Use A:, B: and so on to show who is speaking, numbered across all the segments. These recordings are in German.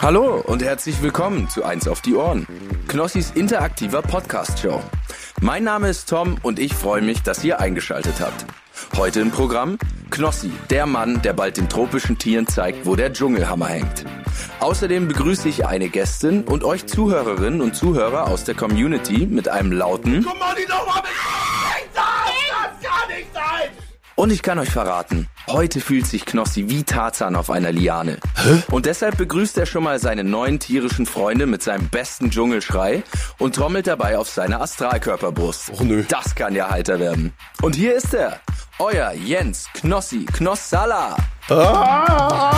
A: Hallo und herzlich willkommen zu Eins auf die Ohren, Knossis interaktiver Podcast-Show. Mein Name ist Tom und ich freue mich, dass ihr eingeschaltet habt. Heute im Programm Knossi, der Mann, der bald den tropischen Tieren zeigt, wo der Dschungelhammer hängt. Außerdem begrüße ich eine Gästin und euch Zuhörerinnen und Zuhörer aus der Community mit einem lauten
B: Guck mal, die nochmal mit. Nein, das, das kann nicht sein!
A: Und ich kann euch verraten, heute fühlt sich Knossi wie Tarzan auf einer Liane. Und deshalb begrüßt er schon mal seine neuen tierischen Freunde mit seinem besten Dschungelschrei und trommelt dabei auf seine Astralkörperbrust.
C: Och, nö.
A: Das kann ja heiter werden. Und hier ist er, euer Jens Knossi Knossala.
C: Ah,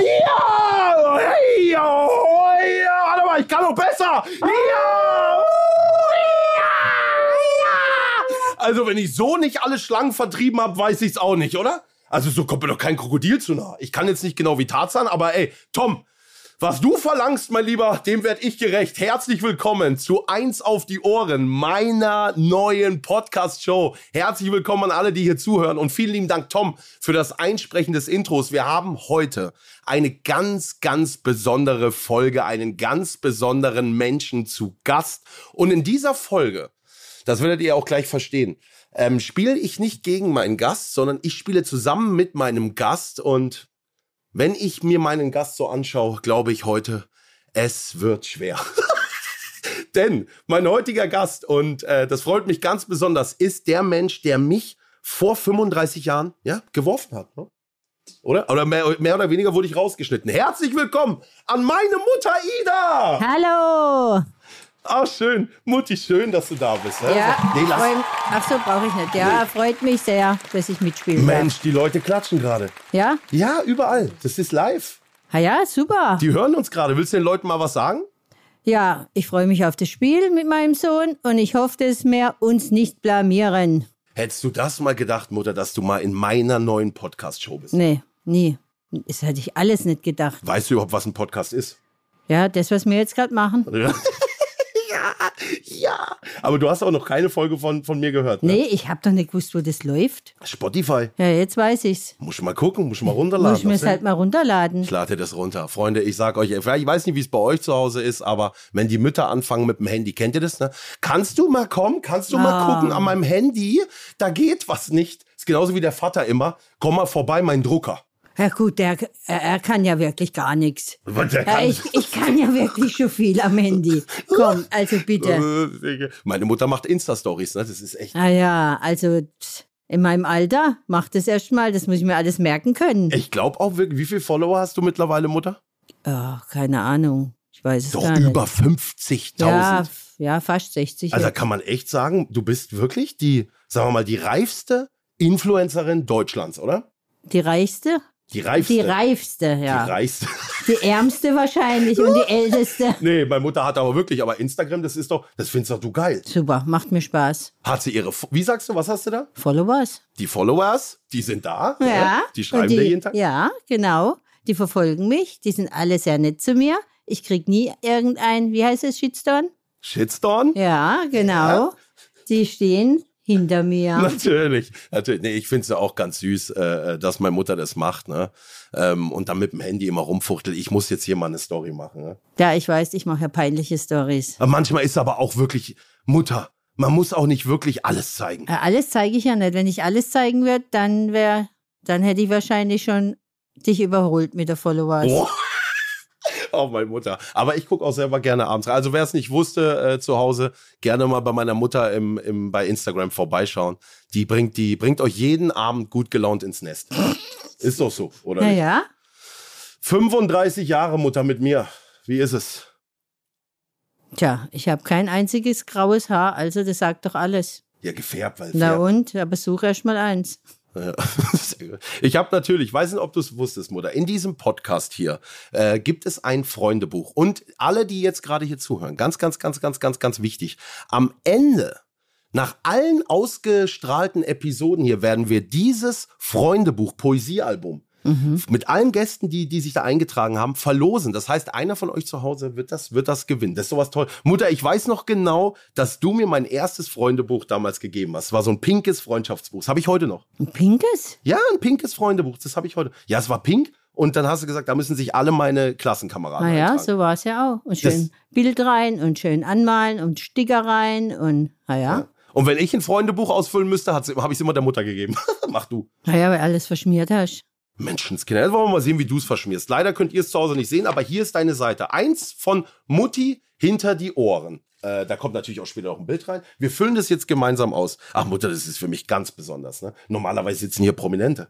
C: ja! Hey, oh, ja! Warte mal, ich kann noch besser! Ja! Uh, ja! Ja! Also, wenn ich so nicht alle Schlangen vertrieben habe, weiß ich's auch nicht, oder? Also, so kommt mir doch kein Krokodil zu nah. Ich kann jetzt nicht genau wie Tarzan, aber ey, Tom, was du verlangst, mein Lieber, dem werd ich gerecht. Herzlich willkommen zu Eins auf die Ohren, meiner neuen Podcast-Show. Herzlich willkommen an alle, die hier zuhören. Und vielen lieben Dank, Tom, für das Einsprechen des Intros. Wir haben heute eine ganz, ganz besondere Folge, einen ganz besonderen Menschen zu Gast. Und in dieser Folge das werdet ihr auch gleich verstehen. Ähm, spiele ich nicht gegen meinen Gast, sondern ich spiele zusammen mit meinem Gast. Und wenn ich mir meinen Gast so anschaue, glaube ich heute, es wird schwer. Denn mein heutiger Gast, und äh, das freut mich ganz besonders, ist der Mensch, der mich vor 35 Jahren ja, geworfen hat. Ne? Oder? Oder mehr, mehr oder weniger wurde ich rausgeschnitten. Herzlich willkommen an meine Mutter Ida!
D: Hallo!
C: Ah, schön. Mutti, schön, dass du da bist. ne?
D: Ja,
C: nee, lass,
D: freut- ach so, brauche ich nicht. Ja, freut mich sehr, dass ich mitspielen
C: Mensch, die Leute klatschen gerade.
D: darf. Ja?
C: Ja, überall. Das ist live.
D: Ah ja, super.
C: Die hören uns gerade. Willst du den Leuten mal was sagen?
D: Ja, ich freue mich auf das Spiel mit meinem Sohn und ich hoffe, dass wir uns nicht blamieren.
C: Hättest du das mal gedacht, Mutter, dass du mal in meiner neuen Podcast-Show bist?
D: Nee, nie. Das hätte ich alles nicht gedacht.
C: Weißt du überhaupt, was ein Podcast ist?
D: Ja, das, was wir jetzt gerade machen.
C: ja, ja. Aber du hast auch noch keine Folge von, von mir gehört. Ne?
D: Nee, ich habe doch nicht gewusst, wo das läuft.
C: Spotify.
D: Ja, jetzt weiß ich's.
C: Muss ich mal gucken, muss ich mal runterladen.
D: Muss ich mir
C: Das
D: es halt mal runterladen.
C: Ich lade das runter. Freunde, ich sag euch, ich weiß nicht, wie es bei euch zu Hause ist, aber wenn die Mütter anfangen mit dem Handy, kennt ihr das, ne? Kannst du mal kommen? Kannst du mal
D: Ah.
C: gucken an meinem Handy? Da geht was nicht. Ist genauso wie der Vater immer. Komm mal vorbei, mein Drucker.
D: Ja gut, der, er, er kann ja wirklich gar nichts.
C: Was, der
D: Ja,
C: kann-
D: ich, ich kann ja wirklich schon viel am Handy. Komm, also
C: Äh,
D: bitte.
C: Meine Mutter macht Insta-Stories, ne? Das ist echt.
D: Ah ja, also tsch, in meinem Alter macht das erstmal, das muss ich mir alles merken können.
C: Ich glaube auch wirklich, wie viele Follower hast du mittlerweile, Mutter?
D: Oh, keine Ahnung, ich weiß es
C: Doch
D: gar
C: über
D: nicht.
C: 50.000.
D: Ja, f- ja, fast 60.
C: Also da
D: jetzt.
C: kann man echt sagen, du bist wirklich die, sagen wir mal, die reifste Influencerin Deutschlands, oder?
D: die reichste?
C: Die reifste.
D: Die reifste, ja.
C: Die reichste.
D: Die ärmste wahrscheinlich und die älteste.
C: Nee, meine Mutter hat aber wirklich, aber Instagram, das ist doch, das findest doch du geil.
D: Super, macht mir Spaß.
C: Hat sie ihre, F- wie sagst du, was hast du da?
D: Followers?
C: Die Followers, die sind da.
D: Ja.
C: ne? Die schreiben
D: und die,
C: dir jeden Tag.
D: Ja, genau. Die verfolgen mich, die sind alle sehr nett zu mir. Ich krieg nie irgendein, wie heißt es, Shitstorm?
C: Shitstorm?
D: Ja, genau. Die stehen hinter mir.
C: Natürlich, natürlich. Nee, ich finde es ja auch ganz süß, äh, dass meine Mutter das macht, ne? Ähm, und dann mit dem Handy immer rumfuchtelt. Ich muss jetzt hier mal eine Story machen, ne?
D: Ja, ich weiß, ich mache ja peinliche Stories.
C: Aber manchmal ist aber auch wirklich, Mutter, man muss auch nicht wirklich alles zeigen.
D: Äh, Alles zeige ich ja nicht. Wenn ich alles zeigen würde, dann wäre, dann hätte ich wahrscheinlich schon dich überholt mit der Followers.
C: Oh. Oh, meine Mutter. Aber ich gucke auch selber gerne abends. rein. Also, wer es nicht wusste äh, zu Hause, gerne mal bei meiner Mutter im, im, bei Instagram vorbeischauen. Die bringt, die bringt euch jeden Abend gut gelaunt ins Nest. ist doch so, oder? nicht?
D: Naja,
C: 35 Jahre Mutter mit mir. Wie ist es?
D: tja, ich habe kein einziges graues Haar, also das sagt doch alles.
C: Ja, gefärbt, weil
D: Na
C: gefärbt.
D: und? Aber such erst mal eins.
C: Ja. Ich habe natürlich, ich weiß nicht, ob du es wusstest, Mutter, in diesem Podcast hier äh, gibt es ein Freundebuch. Und alle, die jetzt gerade hier zuhören, ganz, ganz, ganz, ganz, ganz, ganz wichtig. Am Ende, nach allen ausgestrahlten Episoden hier, werden wir dieses Freundebuch, Poesiealbum, mit allen Gästen, die, die sich da eingetragen haben, verlosen. Das heißt, einer von euch zu Hause wird das, wird das gewinnen. Das ist sowas toll. Mutter, ich weiß noch genau, dass du mir mein erstes Freundebuch damals gegeben hast. Es war so ein pinkes Freundschaftsbuch. Das habe ich heute noch.
D: Ein pinkes?
C: Ja, ein pinkes Freundebuch, das habe ich heute. Ja, es war pink Und dann hast du gesagt, da müssen sich alle meine Klassenkameraden
D: Naja,
C: eintragen.
D: so war es Ah ja auch. Und schön Bild rein und schön anmalen und Sticker rein und naja.
C: Und wenn ich ein Freundebuch ausfüllen müsste, habe ich es immer der Mutter gegeben. Mach du.
D: Naja, weil alles verschmiert hast.
C: Menschenskinder. Jetzt wollen wir mal sehen, wie du es verschmierst. Leider könnt ihr es zu Hause nicht sehen, aber hier ist deine Seite. Eins von Mutti hinter die Ohren. Äh, da kommt natürlich auch später noch ein Bild rein. Wir füllen das jetzt gemeinsam aus. Ach Mutter, das ist für mich ganz besonders. Ne? Normalerweise sitzen hier Prominente.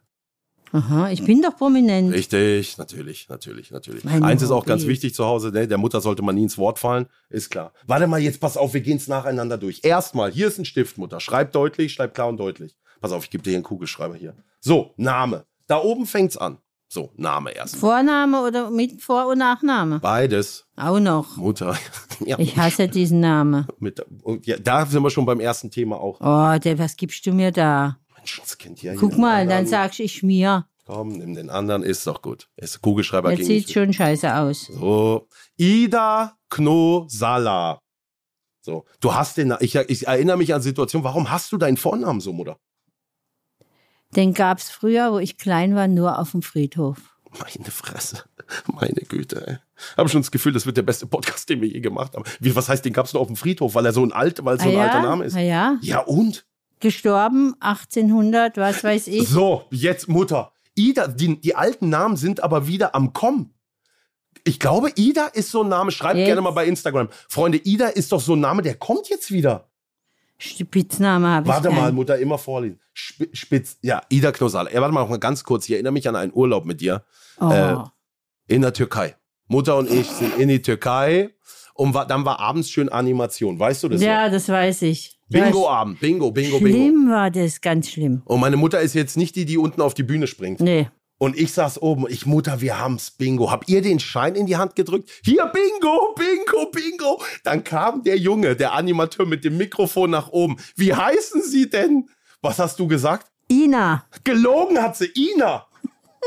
D: Aha, ich bin doch prominent.
C: Richtig, natürlich, natürlich, natürlich.
D: Meine
C: Eins ist auch
D: Hobby.
C: ganz wichtig zu Hause, ne? der Mutter sollte man nie ins Wort fallen, ist klar. Warte mal, jetzt pass auf, wir gehen es nacheinander durch. Erstmal, hier ist ein Stift, Mutter. Schreib deutlich, schreib klar und deutlich. Pass auf, ich gebe dir hier einen Kugelschreiber hier. So, Name. Da oben fängt's an. So, Name erst.
D: Vorname oder mit Vor- und Nachname?
C: Beides.
D: Auch noch.
C: Mutter. ja,
D: Ich hasse diesen Namen.
C: mit, und ja, da sind wir schon beim ersten Thema auch.
D: Oh, der, was gibst du mir da?
C: Menschenskind hier.
D: Guck
C: hier,
D: mal,
C: den
D: dann
C: anderen.
D: sagst du, ich mir.
C: Komm, nimm den anderen, ist doch gut. Ist Kugelschreiber
D: Das
C: ging
D: sieht
C: nicht.
D: schon scheiße aus.
C: So. Ida Knosala. So. Du hast den, Na- ich, ich erinnere mich an Situationen, warum hast du deinen Vornamen so, Mutter?
D: Den gab es früher, wo ich klein war, nur auf dem Friedhof.
C: Meine Fresse. Meine Güte, ey. Hab schon das Gefühl, das wird der beste Podcast, den wir je gemacht haben. Wie, was heißt, den gab's nur auf dem Friedhof, weil er so ein alt, weil es so ein
D: ja?
C: alter Name ist?
D: Ah ja,
C: Ja, und?
D: gestorben 1800, was weiß ich.
C: So, jetzt Mutter. Ida, die, die alten Namen sind aber wieder am Kommen. Ich glaube, Ida ist so ein Name. Schreibt
D: Jetzt.
C: gerne mal bei Instagram. Freunde, Ida ist doch so ein Name, der kommt jetzt wieder.
D: Spitzname habe ich.
C: Warte
D: keinen.
C: mal, Mutter, immer vorlesen. Sp Spitz, ja, Ida Knosal. Ja, warte mal noch mal ganz kurz. Ich erinnere mich an einen Urlaub mit dir
D: Oh.
C: äh, in der Türkei. Mutter und ich sind in die Türkei und war, dann war abends schön Animation. Weißt du das? noch?
D: ja, das weiß ich.
C: Bingo-Abend. Bingo, Bingo, Bingo.
D: Schlimm war das, ganz schlimm.
C: Und meine Mutter ist jetzt nicht die, die unten auf die Bühne springt.
D: Nee.
C: Und ich saß oben, ich Mutter, wir haben's, Bingo. Habt ihr den Schein in die Hand gedrückt? Hier, Bingo, Bingo, Bingo. Dann kam der Junge, der Animateur mit dem Mikrofon nach oben. Wie heißen Sie denn? Was hast du gesagt?
D: Ina,
C: Gelogen hat sie, Ina.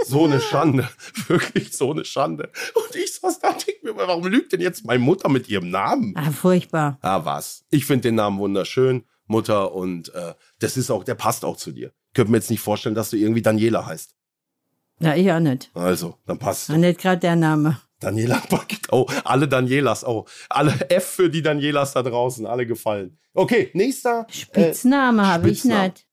C: So eine Schande, wirklich so eine Schande. Und ich saß da und denk mir, warum lügt denn jetzt meine Mutter mit ihrem Namen?
D: ah, furchtbar.
C: Ah, was. Ich finde den Namen wunderschön, Mutter, und äh, das ist auch, der passt auch zu dir. Ich könnte mir jetzt nicht vorstellen, dass du irgendwie Daniela heißt.
D: Na, ich auch nicht.
C: Also, dann passt.
D: War nicht gerade der Name.
C: Daniela Bucket. Oh, alle Danielas. Oh, alle F für die Danielas da draußen. Alle gefallen. Okay, nächster.
D: Spitzname habe
C: Äh,
D: ich
C: Spitzname.
D: nicht.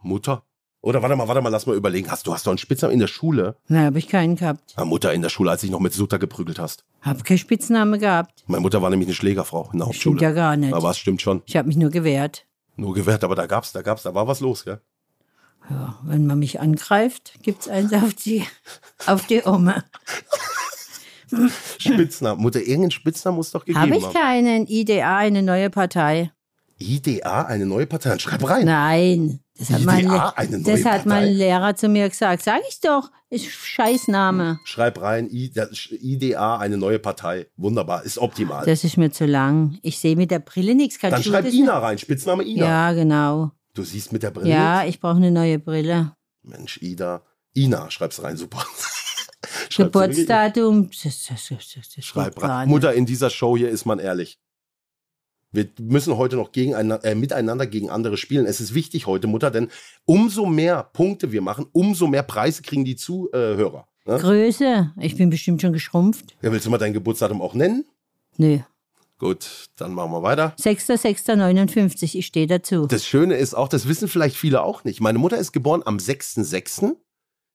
C: Mutter. Oder warte mal, warte mal, lass mal überlegen. Hast du hast doch einen Spitznamen in der Schule?
D: Na, habe ich keinen gehabt.
C: Ah, Mutter in der Schule, als ich noch mit Sutter geprügelt hast.
D: Hab keinen Spitzname gehabt.
C: Meine Mutter war nämlich eine Schlägerfrau in der
D: Stimmt
C: Hauptschule.
D: ja gar nicht.
C: Aber es stimmt schon.
D: ich habe mich nur gewehrt.
C: Nur gewährt, aber da gab's, da gab's, da war was los, gell?
D: Ja, wenn man mich angreift, gibt's eins auf die, auf die Oma.
C: Spitznamen. Mutter, irgendeinen Spitznamen muss doch gegeben
D: Habe ich
C: haben.
D: keinen IDA, eine neue Partei?
C: IDA, eine neue Partei. Dann Schreib rein.
D: Nein. Das hat, mein,
C: IDA,
D: Le-
C: eine neue
D: das hat mein
C: Partei?
D: Lehrer zu mir gesagt. Sag ich doch. Ist Scheißname.
C: Schreib rein, I- da- IDA, eine neue Partei. Wunderbar, ist optimal.
D: Das ist mir zu lang. Ich sehe mit der Brille nichts. Kannst
C: Hm. Dann
D: du
C: schreib
D: das
C: Ina rein, Spitzname Ina.
D: Ja, genau.
C: Du siehst mit der Brille.
D: Ja, ich brauche eine neue Brille.
C: Mensch, Ida. Ina, schreib's rein, super. Schreib's rein.
D: Geburtsdatum. Das, das, das, das, das
C: Schreib
D: geht gar
C: rein.
D: nicht.
C: Mutter, in dieser Show hier ist man ehrlich. Wir müssen heute noch gegeneinander, äh, miteinander gegen andere spielen. Es ist wichtig heute, Mutter, denn umso mehr Punkte wir machen, umso mehr Preise kriegen die Zuhörer. Ne?
D: Größe. Ich bin bestimmt schon geschrumpft.
C: Ja, willst du mal dein Geburtsdatum auch nennen?
D: Nö.
C: Gut, dann machen wir weiter.
D: 6.6.59. Ich stehe dazu.
C: Das Schöne ist auch, das wissen vielleicht viele auch nicht. Meine Mutter ist geboren am 6.6.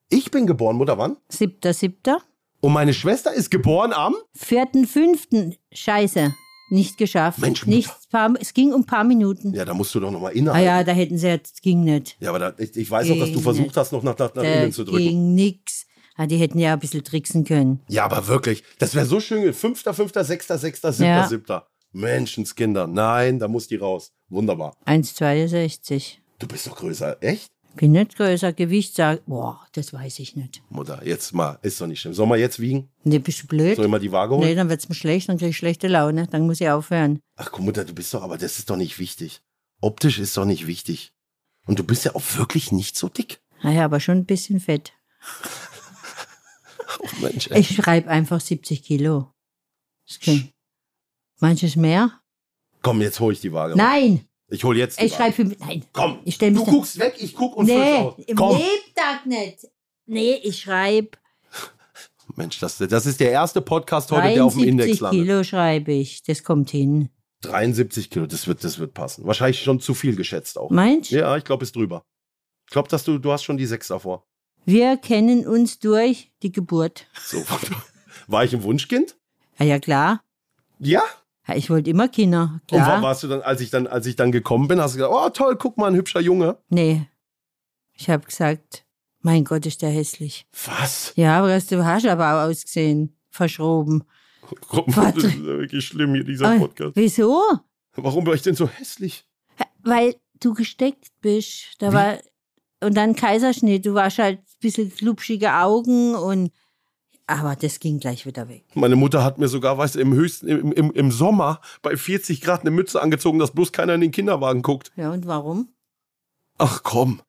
C: Ich bin geboren, Mutter, wann?
D: 7.7.
C: Und meine Schwester ist geboren am?
D: 4.5. Scheiße. Nicht geschafft.
C: Mensch, Mutter.
D: Nichts, paar, es ging um ein paar Minuten.
C: Ja, da musst du doch nochmal
D: ah
C: innehalten.
D: ja, da hätten sie jetzt, ging nicht.
C: Ja, aber da, ich, ich weiß noch, dass du
D: Ging
C: versucht
D: nicht.
C: hast, noch nach, nach, nach
D: Da
C: innen um zu drücken.
D: ging nix. Ah, die hätten ja ein bisschen tricksen können.
C: Ja, aber wirklich, das wäre so schön. Fünfter, fünfter, sechster, sechster, siebter,
D: Ja.
C: siebter. Menschenskinder. Nein, da muss die raus. Wunderbar.
D: 1,62.
C: Du bist doch größer. Echt?
D: Bin nicht größer, Gewicht sagt, boah, das weiß ich nicht.
C: Mutter, jetzt mal. Ist doch nicht schlimm. Sollen wir jetzt wiegen?
D: Nee, bist du blöd?
C: Soll ich mal die Waage holen?
D: Nee, dann wird's mir schlecht, dann krieg ich schlechte Laune, dann muss ich aufhören.
C: Ach komm, Mutter, du bist doch, aber das ist doch nicht wichtig. Optisch ist doch nicht wichtig. Und du bist ja auch wirklich nicht so dick.
D: Naja, Ah aber schon ein bisschen fett.
C: Oh Mensch, ey.
D: Ich schreibe einfach 70 Kilo. Das klingt- Manches mehr?
C: Komm, jetzt hol ich die Waage.
D: Nein,
C: Ich hol jetzt die
D: ich
C: Waage.
D: schreibe, nein.
C: Komm,
D: ich stell mich
C: du
D: da-
C: guckst weg, ich guck und füll's
D: Nee,
C: aus.
D: im
C: Komm,
D: Lebtag nicht. Nee, ich schreibe
C: Mensch, das, das ist der erste Podcast heute, der auf dem
D: 73
C: Index landet.
D: Kilo schreibe ich. Das kommt hin.
C: 73 Kilo, das wird, das wird passen. Wahrscheinlich schon zu viel geschätzt auch.
D: Meinst du?
C: Ja, ich glaube, ist drüber. Ich glaube, dass du, du hast schon die sechs davor.
D: Wir kennen uns durch die Geburt.
C: So. War ich ein Wunschkind?
D: Ja, ja klar.
C: Ja.
D: Ja, Ich wollte immer Kinder.
C: Und wa-
D: Klar.
C: warst du dann, als ich dann, als ich dann gekommen bin, hast du gesagt, oh toll, guck mal, ein hübscher Junge.
D: Nee. Ich habe gesagt, mein Gott, ist der hässlich.
C: Was?
D: Ja, aber hast du hast aber auch ausgesehen. Verschroben.
C: Warum-
D: Warte.
C: Das ist ja wirklich schlimm hier, dieser
D: Aber
C: Podcast.
D: Wieso?
C: Warum war ich denn so hässlich?
D: Weil du gesteckt bist. Da
C: Wie?
D: war und dann Kaiserschnitt, du warst halt ein bisschen klubschige Augen und aber das ging gleich wieder weg.
C: Meine Mutter hat mir sogar, weißt du, im höchsten, im, im, im Sommer bei 40 Grad eine Mütze angezogen, dass bloß keiner in den Kinderwagen guckt.
D: Ja, und warum?
C: Ach komm.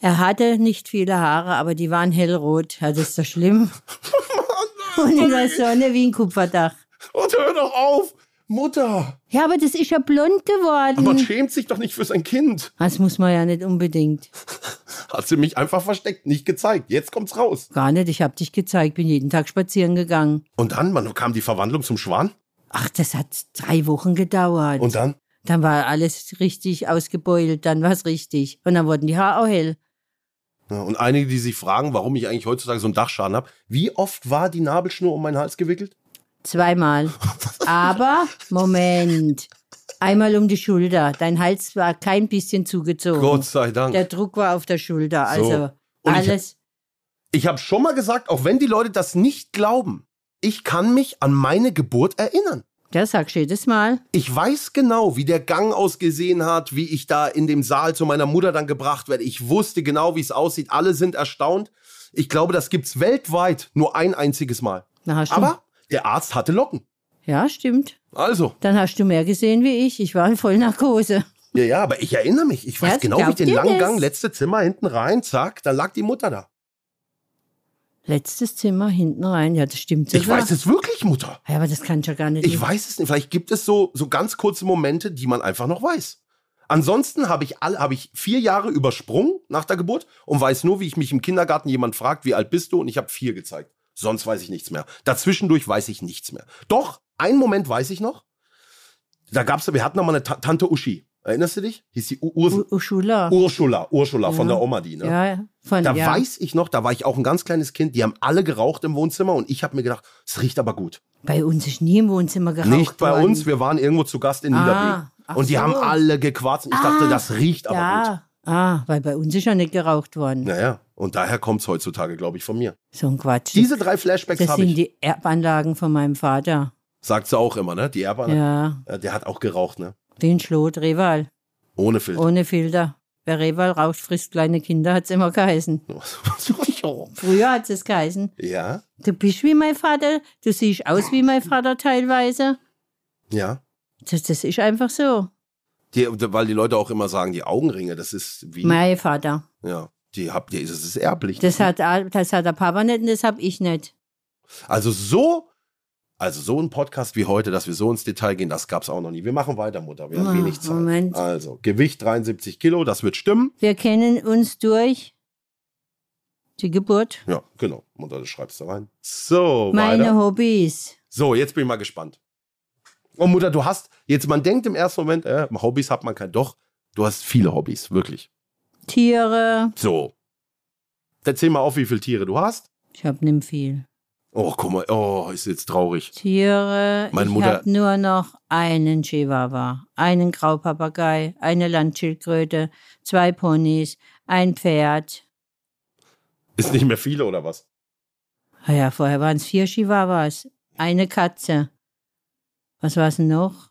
D: Er hatte nicht viele Haare, aber die waren hellrot. Ja, das ist doch schlimm. Und in der Sonne wie ein Kupferdach.
C: Und hör doch auf! Mutter!
D: Ja, aber das ist ja blond
C: Man
D: geworden.
C: schämt sich doch nicht für sein Kind.
D: Das muss man ja nicht unbedingt.
C: Hat sie mich einfach versteckt, nicht gezeigt. Jetzt kommt's raus.
D: Gar nicht, ich hab dich gezeigt, bin jeden Tag spazieren gegangen.
C: Und dann, Mann, kam die Verwandlung zum Schwan.
D: Ach, das hat drei Wochen gedauert.
C: Und dann?
D: Dann war alles richtig ausgebeult, dann war es richtig. Und dann wurden die Haare auch hell.
C: Ja, und einige, die sich fragen, warum ich eigentlich heutzutage so einen Dachschaden habe. Wie oft war die Nabelschnur um meinen Hals gewickelt?
D: Zweimal. Aber, Moment. Einmal um die Schulter. Dein Hals war kein bisschen zugezogen.
C: Gott sei
D: Der
C: Dank.
D: Druck war auf der Schulter.
C: So.
D: Also
C: Und ich-
D: alles.
C: Ich habe schon mal gesagt, auch wenn die Leute das nicht glauben, ich kann mich an meine Geburt erinnern.
D: Das sagst du jedes Mal.
C: Ich weiß genau, wie der Gang ausgesehen hat, wie ich da in dem Saal zu meiner Mutter dann gebracht werde. Ich wusste genau, wie es aussieht. Alle sind erstaunt. Ich glaube, das gibt's weltweit nur ein einziges Mal.
D: Na, hast du,
C: Aber der Arzt hatte Locken.
D: Ja, stimmt.
C: Also,
D: Dann hast du mehr gesehen wie ich. Ich war in Vollnarkose.
C: ja, ja, aber ich erinnere mich. Ich weiß
D: Ja,
C: genau, wie ich
D: glaubt
C: den
D: ihr
C: langen
D: das?
C: Gang, letzte Zimmer hinten rein, zack, dann lag die Mutter da.
D: Letztes Zimmer hinten rein. Ja, das stimmt.
C: Ich
D: sogar.
C: weiß es wirklich, Mutter.
D: Ja, aber das kann ich ja gar nicht.
C: Ich weiß es nicht. Vielleicht gibt es so, so ganz kurze Momente, die man einfach noch weiß. Ansonsten habe ich, all, habe ich vier Jahre übersprungen nach der Geburt und weiß nur, wie ich mich im Kindergarten jemand fragt, wie alt bist du? Und ich habe vier gezeigt. Sonst weiß ich nichts mehr. Dazwischendurch weiß ich nichts mehr. Doch, einen Moment weiß ich noch. Da gab's, wir hatten noch mal eine Ta Tante Uschi. Erinnerst du dich? Hieß die U Urs
D: U Ursula.
C: Urschula, Urschula von
D: Ja.
C: der Oma, die, ne?
D: Ja, ja. Von,
C: Oh, Da
D: ja.
C: weiß ich noch, da war ich auch ein ganz kleines Kind, die haben alle geraucht im Wohnzimmer und ich habe mir gedacht, es riecht aber gut.
D: Bei uns ist nie im Wohnzimmer geraucht
C: Nicht bei
D: worden.
C: uns, wir waren irgendwo zu Gast in
D: Ah,
C: Niederblick.
D: ach
C: Und die
D: so.
C: haben alle gequarzt. Und ich dachte,
D: Ah,
C: das riecht aber gut.
D: ja. Ah, weil bei uns ist ja nicht geraucht worden.
C: Naja, und daher kommt's heutzutage, glaube ich, von mir.
D: So ein Quatsch.
C: Diese drei Flashbacks
D: das
C: habe
D: sind
C: ich.
D: die Erbanlagen von meinem Vater.
C: Sagt sie auch immer, ne? Die Erbe,
D: Ja,
C: ja. der hat auch geraucht, ne?
D: den Schlot, Reval.
C: Ohne Filter.
D: Ohne Filter. Wer Reval raucht, frisst kleine Kinder, hat's immer geheißen. Früher hat's es geheißen.
C: ja,
D: Du bist wie mein Vater, du siehst aus wie mein Vater teilweise.
C: ja.
D: Das, das ist einfach so.
C: Die, weil die Leute auch immer sagen, die Augenringe, das ist wie.
D: Mein Vater.
C: ja, die habt ihr, das ist erblich.
D: Das hat, a- das hat der Papa nicht und das hab ich nicht.
C: Also so, also so ein Podcast wie heute, dass wir so ins Detail gehen, das gab's auch noch nie. Wir machen weiter, Mutter. Wir haben
D: Ah,
C: wenig Zeit.
D: Moment.
C: Also, Gewicht 73 Kilo, das wird stimmen.
D: Wir kennen uns durch die Geburt.
C: Ja, genau. Mutter, das schreibst du rein. So,
D: Meine
C: weiter.
D: Hobbys.
C: So, jetzt bin ich mal gespannt. Oh, Mutter, du hast, jetzt man denkt im ersten Moment, äh, Hobbys hat man kein, doch, du hast viele Hobbys, wirklich.
D: Tiere.
C: So. Erzähl mal auf, wie viele Tiere du hast.
D: Ich hab nimm viel.
C: Oh, guck mal, oh, ist jetzt traurig.
D: Tiere.
C: Meine
D: ich
C: Mutter-
D: habe nur noch einen Chihuahua, einen Graupapagei, eine Landschildkröte, zwei Ponys, ein Pferd.
C: Ist nicht mehr viele oder was?
D: Ah Ja, vorher waren es vier Chihuahuas, eine Katze. Was war's denn noch?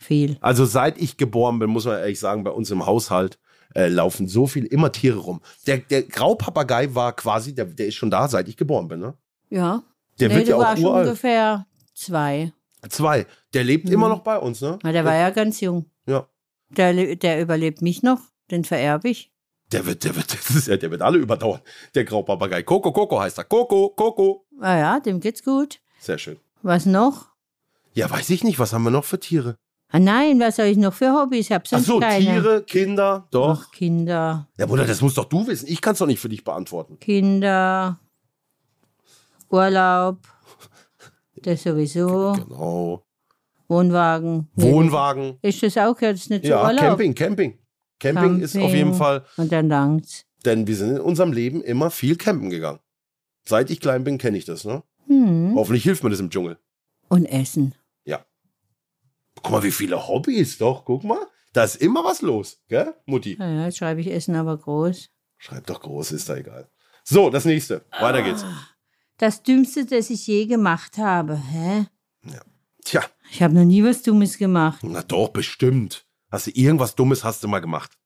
D: Viel.
C: Also seit ich geboren bin, muss man ehrlich sagen, bei uns im Haushalt äh, laufen so viel immer Tiere rum. Der, der Graupapagei war quasi, der, der ist schon da, seit ich geboren bin, ne?
D: Ja.
C: Der
D: nee,
C: wird
D: du
C: ja auch
D: warst
C: uralt.
D: ungefähr zwei.
C: Zwei. Der lebt
D: Mhm.
C: immer noch bei uns, ne?
D: Na, der war ja ganz jung.
C: Ja.
D: Der, le- der überlebt mich noch, den vererbe ich.
C: Der wird, der wird, das ist ja, der wird alle überdauern. Der Graupapagei. Coco, Coco heißt er. Coco, Coco.
D: Ah ja, dem geht's gut.
C: Sehr schön.
D: Was noch?
C: Ja, weiß ich nicht, was haben wir noch für Tiere?
D: Ah nein, was soll ich noch für Hobbys? Ich habe
C: Ach
D: sonst
C: so,
D: keine.
C: Tiere, Kinder, doch.
D: Ach, Kinder,
C: Ja, Bruder, das musst doch du wissen. Ich kann es doch nicht für dich beantworten.
D: Kinder, Urlaub, das sowieso,
C: Genau.
D: Wohnwagen. Nee.
C: Wohnwagen.
D: Ist das auch jetzt nicht
C: Ja,
D: zu Urlaub?
C: Camping, Camping. Camping. ist auf jeden
D: Camping.
C: Fall,
D: Und dann langt's.
C: denn wir sind in unserem Leben immer viel campen gegangen. Seit ich klein bin, kenne ich das, ne?
D: Hm.
C: Hoffentlich hilft mir das im Dschungel.
D: Und Essen.
C: Guck mal, wie viele Hobbys, doch, guck mal. Da ist immer was los, gell, Mutti?
D: Naja, jetzt schreibe ich Essen aber groß.
C: Schreib doch groß, ist da egal. So, das nächste. Weiter geht's.
D: Ah. Das Dümmste, das ich je gemacht habe. Hä?
C: Tja,
D: Ich habe noch nie was Dummes gemacht.
C: na doch, bestimmt. Hast du irgendwas Dummes hast du mal gemacht?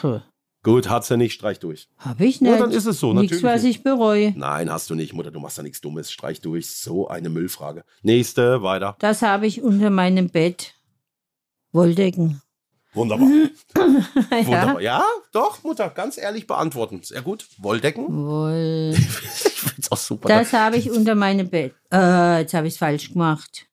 D: Puh.
C: Gut, hat's ja nicht, streich durch.
D: Hab ich nicht.
C: Ja, dann ist es so,
D: Nichts,
C: natürlich
D: was
C: nicht.
D: ich bereue.
C: Nein, hast du nicht, Mutter, du machst ja nichts Dummes, streich durch. So eine Müllfrage. Nächste, weiter.
D: Das habe ich unter meinem Bett. Wolldecken.
C: Wunderbar.
D: Ja.
C: Wunderbar. Ja, doch, Mutter, ganz ehrlich beantworten. Sehr gut. Wolldecken?
D: Woll.
C: ich find's auch super.
D: Das habe ich unter meinem Bett. Äh, jetzt habe ich es falsch gemacht.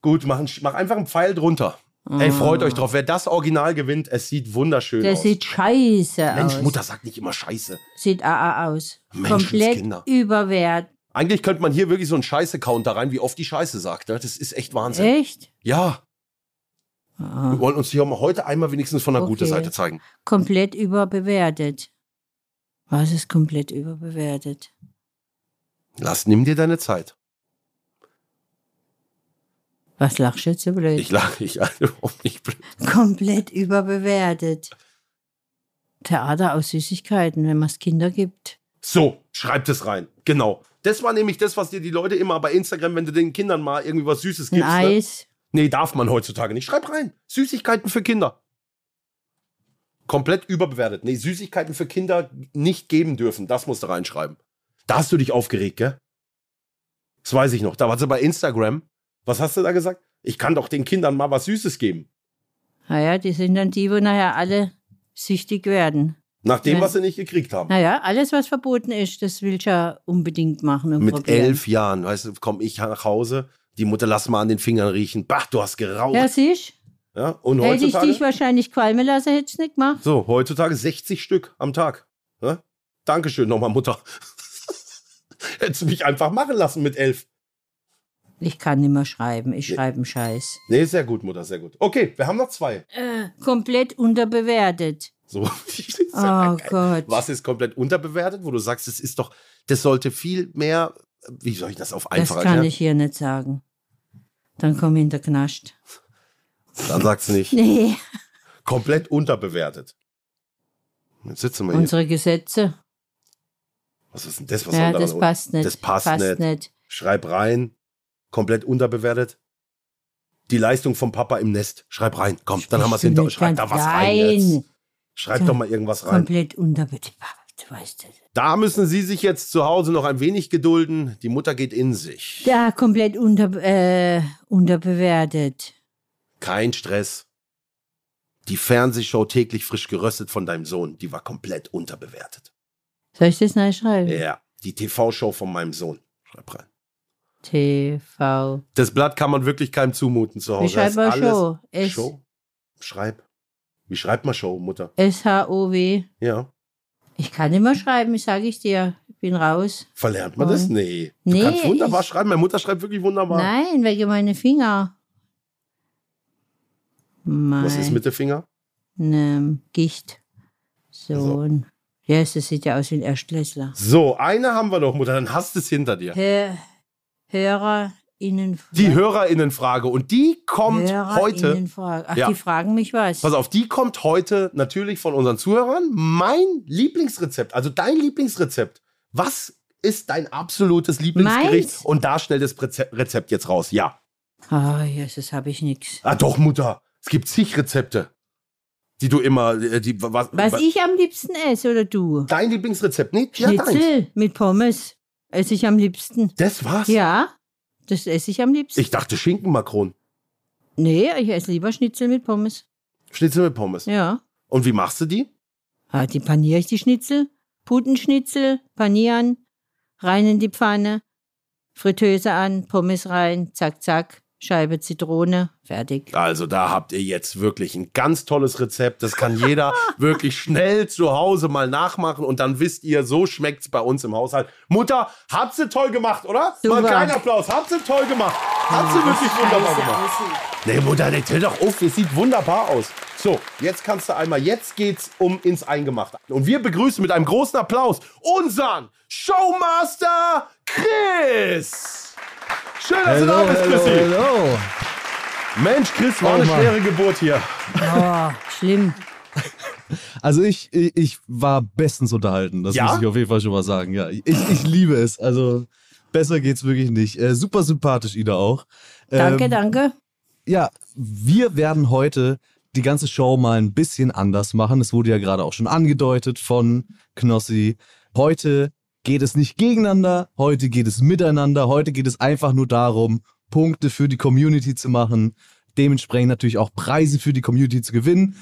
C: Gut, mach, einen Sch- mach einfach einen Pfeil drunter.
D: Ah.
C: Ey, freut euch drauf. Wer das Original gewinnt, es sieht wunderschön
D: Das
C: aus.
D: sieht scheiße
C: Mensch,
D: aus.
C: Mutter, sagt nicht immer Scheiße.
D: Sieht AA aus.
C: Menschenskinder.
D: Komplett überwert.
C: Eigentlich könnte man hier wirklich so einen Scheiße-Counter rein, wie oft die Scheiße sagt. Ne? Das ist echt Wahnsinn.
D: Echt? Ah.
C: Ja. Wir wollen uns hier mal heute einmal wenigstens von der guten
D: Okay.
C: Seite zeigen.
D: Komplett überbewertet. Was ist komplett überbewertet?
C: Lass, nimm dir deine Zeit.
D: Was lachst du jetzt so blöd?
C: Ich lache, um, ich überhaupt nicht blöd.
D: Komplett überbewertet. Theater aus Süßigkeiten, wenn man es Kinder gibt.
C: So, schreibt es rein. Genau. Das war nämlich das, was dir die Leute immer bei Instagram, wenn du den Kindern mal irgendwie was Süßes
D: Ein
C: gibst. Ne?
D: Eis.
C: Nee, darf man heutzutage nicht. Schreib rein. Süßigkeiten für Kinder. Komplett überbewertet. Nee, Süßigkeiten für Kinder nicht geben dürfen. Das musst du reinschreiben. Da hast du dich aufgeregt, gell? Das weiß ich noch. Da warst du bei Instagram. Was hast du da gesagt? Ich kann doch den Kindern mal was Süßes geben.
D: Naja, die sind dann die, wo nachher alle süchtig werden.
C: Nach dem,
D: Ja.
C: was sie nicht gekriegt haben.
D: Naja, alles, was verboten ist, das will ich ja unbedingt machen und
C: Mit
D: probieren.
C: elf Jahren, weißt du, komm ich nach Hause, die Mutter lass mal an den Fingern riechen. Bah, du hast geraucht.
D: Ja, siehst
C: Ja, und
D: Hätte ich
C: heutzutage,
D: dich wahrscheinlich qualmen lassen, hätte ich nicht gemacht.
C: so, heutzutage 60 Stück am Tag. Ja? Dankeschön nochmal, Mutter. Hättest du mich einfach machen lassen mit elf.
D: Ich kann nicht mehr schreiben. Ich schreibe einen Scheiß. Äh,
C: Nee, sehr gut, Mutter, sehr gut. Okay, wir haben noch zwei.
D: Komplett unterbewertet.
C: So.
D: Oh Gott.
C: Was ist komplett unterbewertet, wo du sagst, das ist doch, das sollte viel mehr, wie soll ich das auf
D: Das
C: einfach
D: kann
C: erklären?
D: ich hier nicht sagen. Dann komm ich in der Knast.
C: Dann sagst du nicht.
D: Nee,
C: Komplett unterbewertet. Jetzt sitzen wir hier.
D: unsere Gesetze.
C: Was ist denn das? Was
D: Ja,
C: soll daran
D: das
C: un-
D: passt nicht.
C: Das passt, nicht.
D: nicht.
C: Schreib rein. Komplett unterbewertet. Die Leistung vom Papa im Nest. Schreib rein. Komm, dann haben wir es hinter uns. Schreib da was rein. Jetzt. Schreib doch mal irgendwas rein.
D: Komplett unterbewertet. Du weißt das.
C: Da müssen Sie sich jetzt zu Hause noch ein wenig gedulden. Die Mutter geht in sich.
D: Ja, komplett unter, äh, unterbewertet.
C: Kein Stress. Die Fernsehshow täglich frisch geröstet von deinem Sohn, die war komplett unterbewertet.
D: Soll ich das neu schreiben?
C: Ja, die TV-Show von meinem Sohn. Schreib rein.
D: TV.
C: Das Blatt kann man wirklich keinem zumuten zu Hause.
D: Wie schreibt
C: Das
D: man
C: Oh, ist alles-
D: Show? S-
C: Show? Schreib. Wie schreibt man Show, Mutter?
D: S-H-O-W.
C: Ja.
D: Ich kann nicht mehr schreiben, ich sage ich dir. Ich bin raus.
C: Verlernt man das?
D: Nein.
C: Nee. Du
D: Nee,
C: kannst wunderbar
D: ich-
C: schreiben. Meine Mutter schreibt wirklich wunderbar.
D: Nein, wegen meiner Finger. Mein
C: Was ist mit dem Finger?
D: nem Gicht. Sohn. Ja, es sieht ja aus wie ein Erstklässler.
C: So, eine haben wir noch, Mutter. Dann hast du es hinter dir.
D: Hö HörerInnen.
C: Die HörerInnenfrage. Und die kommt heute.
D: Frage. Ach,
C: Ja.
D: die fragen mich was.
C: Pass auf, die kommt heute natürlich von unseren Zuhörern. Mein Lieblingsrezept, also dein Lieblingsrezept. Was ist dein absolutes Lieblingsgericht?
D: Meins?
C: Und da schnell das Reze- Rezept jetzt raus. Ja.
D: Ah, Jesus, habe ich nichts.
C: Ah, doch, Mutter. Es gibt zig Rezepte, die du immer. äh, Die, was,
D: Was
C: wa-
D: ich am liebsten esse, oder du?
C: Dein Lieblingsrezept, nicht? Ja, deins.
D: Schnitzel mit Pommes. Esse ich am liebsten.
C: Das war's?
D: Ja, das esse ich am liebsten.
C: Ich dachte Schinkenmakron.
D: nee, ich esse lieber Schnitzel mit Pommes.
C: Schnitzel mit Pommes.
D: Ja.
C: Und wie machst du die?
D: Ah, die paniere ich die Schnitzel. Putenschnitzel, panieren, rein in die Pfanne, Fritteuse an, Pommes rein, zack, zack, Scheibe Zitrone, fertig.
C: Also da habt ihr jetzt wirklich ein ganz tolles Rezept. Das kann jeder wirklich schnell zu Hause mal nachmachen und dann wisst ihr, so schmeckt's bei uns im Haushalt. Mutter, hat sie toll gemacht, oder?
D: Super.
C: Mal einen kleinen Applaus. Hat sie toll gemacht. Hat sie wirklich wunderbar gemacht. Nee, Mutter, nee, tell doch auf, es sieht wunderbar aus. So, jetzt kannst du einmal, jetzt geht's um ins Eingemachte. Und wir begrüßen mit einem großen Applaus unseren Showmaster Chris. Schön, dass du da bist, Chrissy.
E: hello.
C: Mensch, Chris, war
E: Oh
C: eine
E: Mann.
C: schwere Geburt hier.
D: Oh, schlimm.
E: Also ich, ich ich war bestens unterhalten. Das
C: Ja?
E: muss ich auf jeden Fall schon mal sagen. Ja, ich, ich liebe es. Also besser geht's wirklich nicht. Äh, super sympathisch, Ida auch.
D: Danke,
E: Ähm,
D: danke.
E: Ja, wir werden heute die ganze Show mal ein bisschen anders machen. Es wurde ja gerade auch schon angedeutet von Knossi. Heute geht es nicht gegeneinander, heute geht es miteinander, heute geht es einfach nur darum, Punkte für die Community zu machen, dementsprechend natürlich auch Preise für die Community zu gewinnen.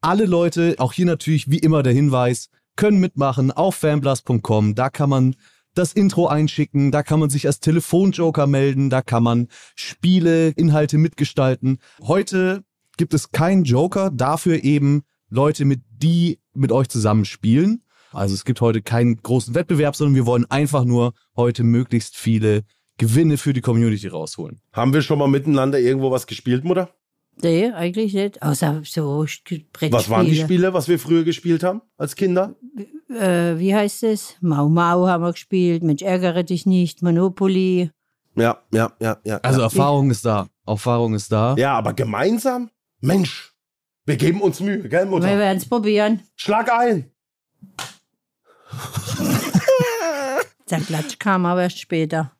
E: Alle Leute, auch hier natürlich wie immer der Hinweis, können mitmachen auf fanblast.com. Da kann man das Intro einschicken, da kann man sich als Telefonjoker melden, da kann man Spiele, Inhalte mitgestalten. Heute gibt es keinen Joker, dafür eben Leute, mit die mit euch zusammen spielen. Also es gibt heute keinen großen Wettbewerb, sondern wir wollen einfach nur heute möglichst viele Gewinne für die Community rausholen.
C: Haben wir schon mal miteinander irgendwo was gespielt, Mutter?
D: Nee, eigentlich nicht. Außer so St- Brettspiele.
C: Was waren die Spiele, was wir früher gespielt haben als Kinder?
D: Äh, wie heißt es? Mau Mau haben wir gespielt. Mensch, ärgere dich nicht. Monopoly.
C: Ja, ja, ja, ja.
E: Also
C: ja.
E: Erfahrung ist da. Erfahrung ist da.
C: ja, aber gemeinsam? Mensch, wir geben uns Mühe, gell,
D: Wir
C: Mutter?
D: werden es probieren.
C: Schlag ein.
D: Der Klatsch kam aber erst später.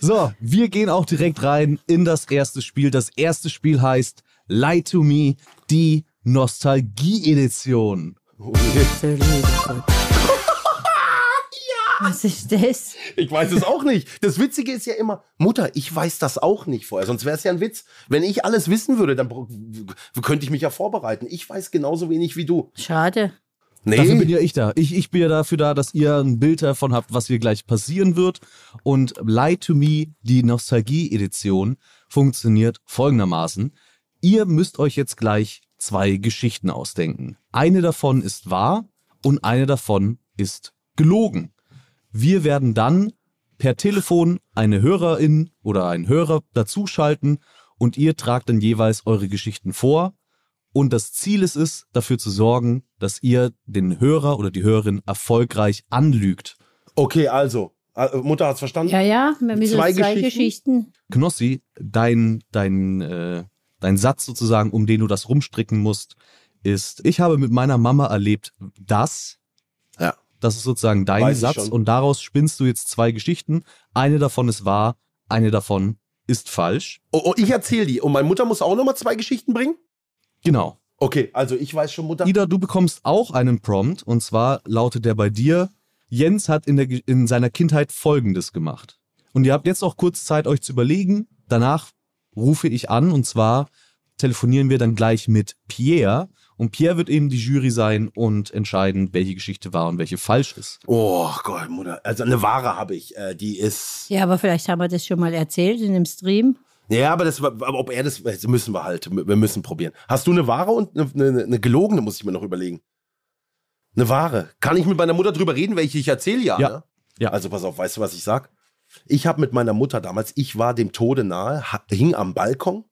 E: So, wir gehen auch direkt rein in das erste Spiel. Das erste Spiel heißt Lie to Me, die Nostalgie-Edition.
D: So, lieber Gott. Was ist das?
C: Ich weiß es auch nicht. Das Witzige ist ja immer, Mutter, ich weiß das auch nicht vorher, sonst wäre es ja ein Witz. Wenn ich alles wissen würde, dann br- könnte ich mich ja vorbereiten. Ich weiß genauso wenig wie du.
D: Schade.
C: Nee,
E: Dafür bin ja ich da. Ich, ich bin ja dafür da, dass ihr ein Bild davon habt, was hier gleich passieren wird. Und Lie to Me, die Nostalgie-Edition, funktioniert folgendermaßen. Ihr müsst euch jetzt gleich zwei Geschichten ausdenken. Eine davon ist wahr und eine davon ist gelogen. Wir werden dann per Telefon eine Hörerin oder einen Hörer dazuschalten und ihr tragt dann jeweils eure Geschichten vor. Und das Ziel ist es, dafür zu sorgen, dass ihr den Hörer oder die Hörerin erfolgreich anlügt.
C: okay, also. Äh, Mutter hat's verstanden?
D: Ja, ja, wir müssen
C: Zwei
D: zwei, zwei
C: Geschichten?
D: Geschichten.
E: Knossi, dein, dein, äh, dein Satz sozusagen, um den du das rumstricken musst, ist, ich habe mit meiner Mama erlebt, dass.
C: Ja.
E: Das ist sozusagen dein
C: Weiß ich
E: Satz
C: schon.
E: und daraus spinnst du jetzt zwei Geschichten. Eine davon ist wahr, eine davon ist falsch.
C: Oh, oh, ich erzähle die. Und meine Mutter muss auch nochmal zwei Geschichten bringen?
E: Genau.
C: Okay, also ich weiß schon, Mutter.
E: Ida, du bekommst auch einen Prompt und zwar lautet der bei dir, Jens hat in, der, Ge- in seiner Kindheit Folgendes gemacht. Und ihr habt jetzt auch kurz Zeit, euch zu überlegen. Danach rufe ich an und zwar telefonieren wir dann gleich mit Pierre. Und Pierre wird eben die Jury sein und entscheiden, welche Geschichte wahr und welche falsch ist.
C: Oh Gott, Mutter. Also eine Ware habe ich. Äh, die ist.
D: Ja, aber vielleicht haben wir das schon mal erzählt in dem Stream.
C: Ja, aber das war- aber ob er das. das müssen wir halt. Wir müssen probieren. Hast du eine Ware und eine, eine, eine gelogene, muss ich mir noch überlegen. Eine Ware. Kann ich mit meiner Mutter drüber reden, welche ich erzähle? Ja.
E: Ja.
C: Ne?
E: Ja.
C: Also pass auf, weißt du, was ich sag? Ich habe mit meiner Mutter damals, ich war dem Tode nahe, ha- hing am Balkon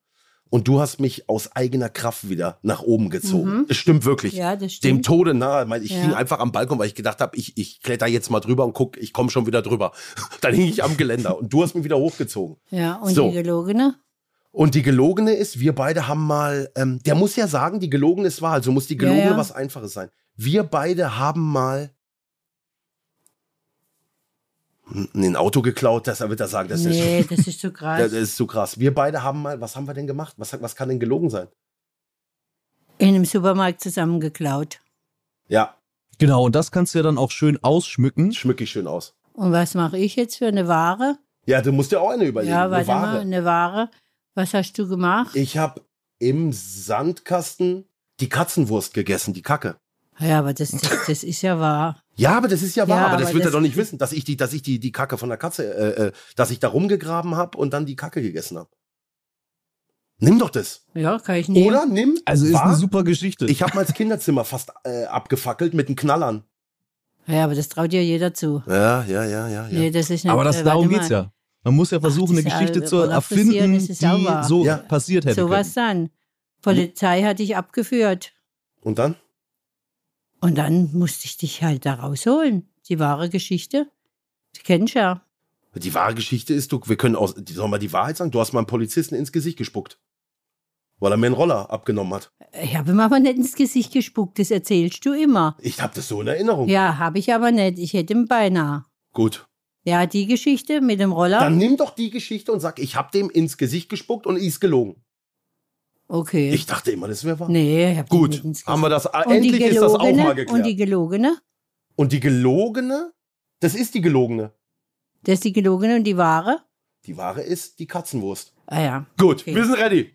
C: und du hast mich aus eigener Kraft wieder nach oben gezogen. Das stimmt wirklich.
D: Ja, das
C: dem
D: stimmt.
C: Tode nahe. Ich meine, Ich
D: Mhm. Ja.
C: hing einfach am Balkon, weil ich gedacht habe, ich, ich kletter jetzt mal drüber und guck, ich komme schon wieder drüber. Dann hing ich am Geländer und du hast mich wieder hochgezogen.
D: ja, und
C: So.
D: die gelogene?
C: Und die gelogene ist, wir beide haben mal, ähm, der muss ja sagen, die gelogene ist wahr, also muss die
D: Ja,
C: gelogene
D: ja.
C: was Einfaches sein. Wir beide haben mal n- ein Auto geklaut, das wird er sagen, das ist.
D: nee, das ist zu
C: Das
D: krass.
C: ist zu krass. Wir beide haben mal, was haben wir denn gemacht? Was, was kann denn gelogen sein?
D: in einem Supermarkt zusammengeklaut.
C: Ja,
E: Genau, und das kannst du ja dann auch schön
D: Hm?
E: ausschmücken.
C: schmück ich schön aus.
D: Und was mache ich jetzt für eine Ware?
C: Ja, du musst dir auch eine überlegen.
D: ja,
C: eine
D: warte
C: Ware.
D: mal, eine Ware. Was hast du gemacht?
C: Ich habe im Sandkasten die Katzenwurst gegessen, die Kacke.
D: Ja, aber das, das, das ist ja wahr.
C: Ja, aber das ist ja wahr.
D: Ja,
C: aber das
D: aber
C: wird er
D: das-
C: doch nicht wissen, dass ich die, dass ich die, die Kacke von der Katze, äh, äh, dass ich da rumgegraben habe und dann die Kacke gegessen habe. Nimm doch das.
D: Ja, kann ich nehmen.
C: Oder nimm.
E: Also ist
C: wahr?
E: eine super Geschichte.
C: Ich habe mal das Kinderzimmer fast äh, abgefackelt mit einem Knallern.
D: Ja, aber das traut ja jeder zu.
C: Ja, ja, ja, ja, ja.
D: Nee, das ist nicht,
E: aber das,
D: äh,
E: darum
D: warte
E: geht's
D: mal.
E: ja. Man muss ja versuchen, eine
D: diese
E: Geschichte
D: alte
E: zu
D: Roller frisieren,
E: erfinden,
D: das ist ja
E: die
D: wahr.
E: so
C: Ja.
E: passiert hätte.
D: So was dann. Polizei hat dich abgeführt.
C: Und dann?
D: Und dann musste ich dich halt da rausholen. Die wahre Geschichte. Du kennst ja.
C: Die wahre Geschichte ist, du, wir können aus, die- sollen wir die Wahrheit sagen? Du hast mal einen Polizisten ins Gesicht gespuckt. Weil er mir einen Roller abgenommen hat.
D: Ich habe ihm aber nicht ins Gesicht gespuckt, das erzählst du immer.
C: Ich habe das so in Erinnerung.
D: Ja, habe ich aber nicht. Ich hätte ihn beinahe.
C: Gut.
D: Ja, die Geschichte mit dem Roller.
C: Dann nimm doch die Geschichte und sag, ich habe dem ins Gesicht gespuckt und ist gelogen.
D: okay.
C: Ich dachte immer, das wäre wahr.
D: nee, ich habe
C: Gut,
D: nicht ins Gesicht.
C: haben wir das.
D: Und die
C: endlich ist das auch
D: gelogene-
C: mal geklärt.
D: Und die gelogene?
C: Und die gelogene, das ist die gelogene.
D: Das ist die gelogene und die wahre?
C: Die wahre ist die Katzenwurst.
D: Ah ja.
C: Gut,
D: Okay.
C: wir sind ready.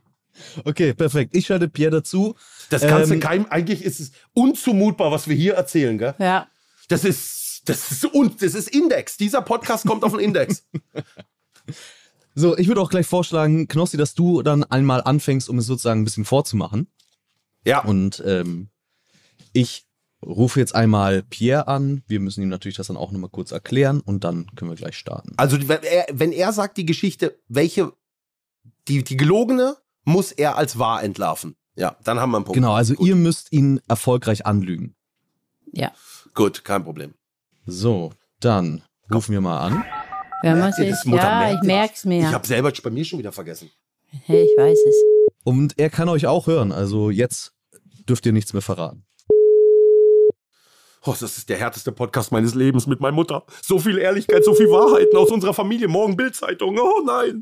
E: Okay, perfekt. Ich schalte Pierre dazu.
C: Das kannst
E: Ähm,
C: du keinem, eigentlich ist es unzumutbar, was wir hier erzählen, gell?
D: Ja.
C: Das ist, das ist, und das ist Index. Dieser Podcast kommt auf den Index.
E: So, ich würde auch gleich vorschlagen, Knossi, dass du dann einmal anfängst, um es sozusagen ein bisschen vorzumachen.
C: Ja.
E: Und ähm, ich rufe jetzt einmal Pierre an. Wir müssen ihm natürlich das dann auch nochmal kurz erklären und dann können wir gleich starten.
C: Also, wenn er, wenn er sagt, die Geschichte, welche, die, die gelogene, muss er als wahr entlarven. Ja, dann haben wir einen Punkt.
E: Genau, also
C: Gut.
E: ihr müsst ihn erfolgreich anlügen.
C: Gut, kein Problem.
E: So, dann rufen wir mal an.
D: Wenn man
C: Merkt ihr
D: sich,
C: das, Mutter?
D: ja,
C: Merkt ihr
D: ich
C: das?
D: merk's mir.
C: Ich habe selber bei mir schon wieder vergessen.
D: hey, ich weiß es.
E: Und er kann euch auch hören. Also jetzt dürft ihr nichts mehr verraten.
C: Oh, das ist der härteste Podcast meines Lebens mit meiner Mutter. So viel Ehrlichkeit, so viel Wahrheiten aus unserer Familie. Morgen Bildzeitung. Oh nein.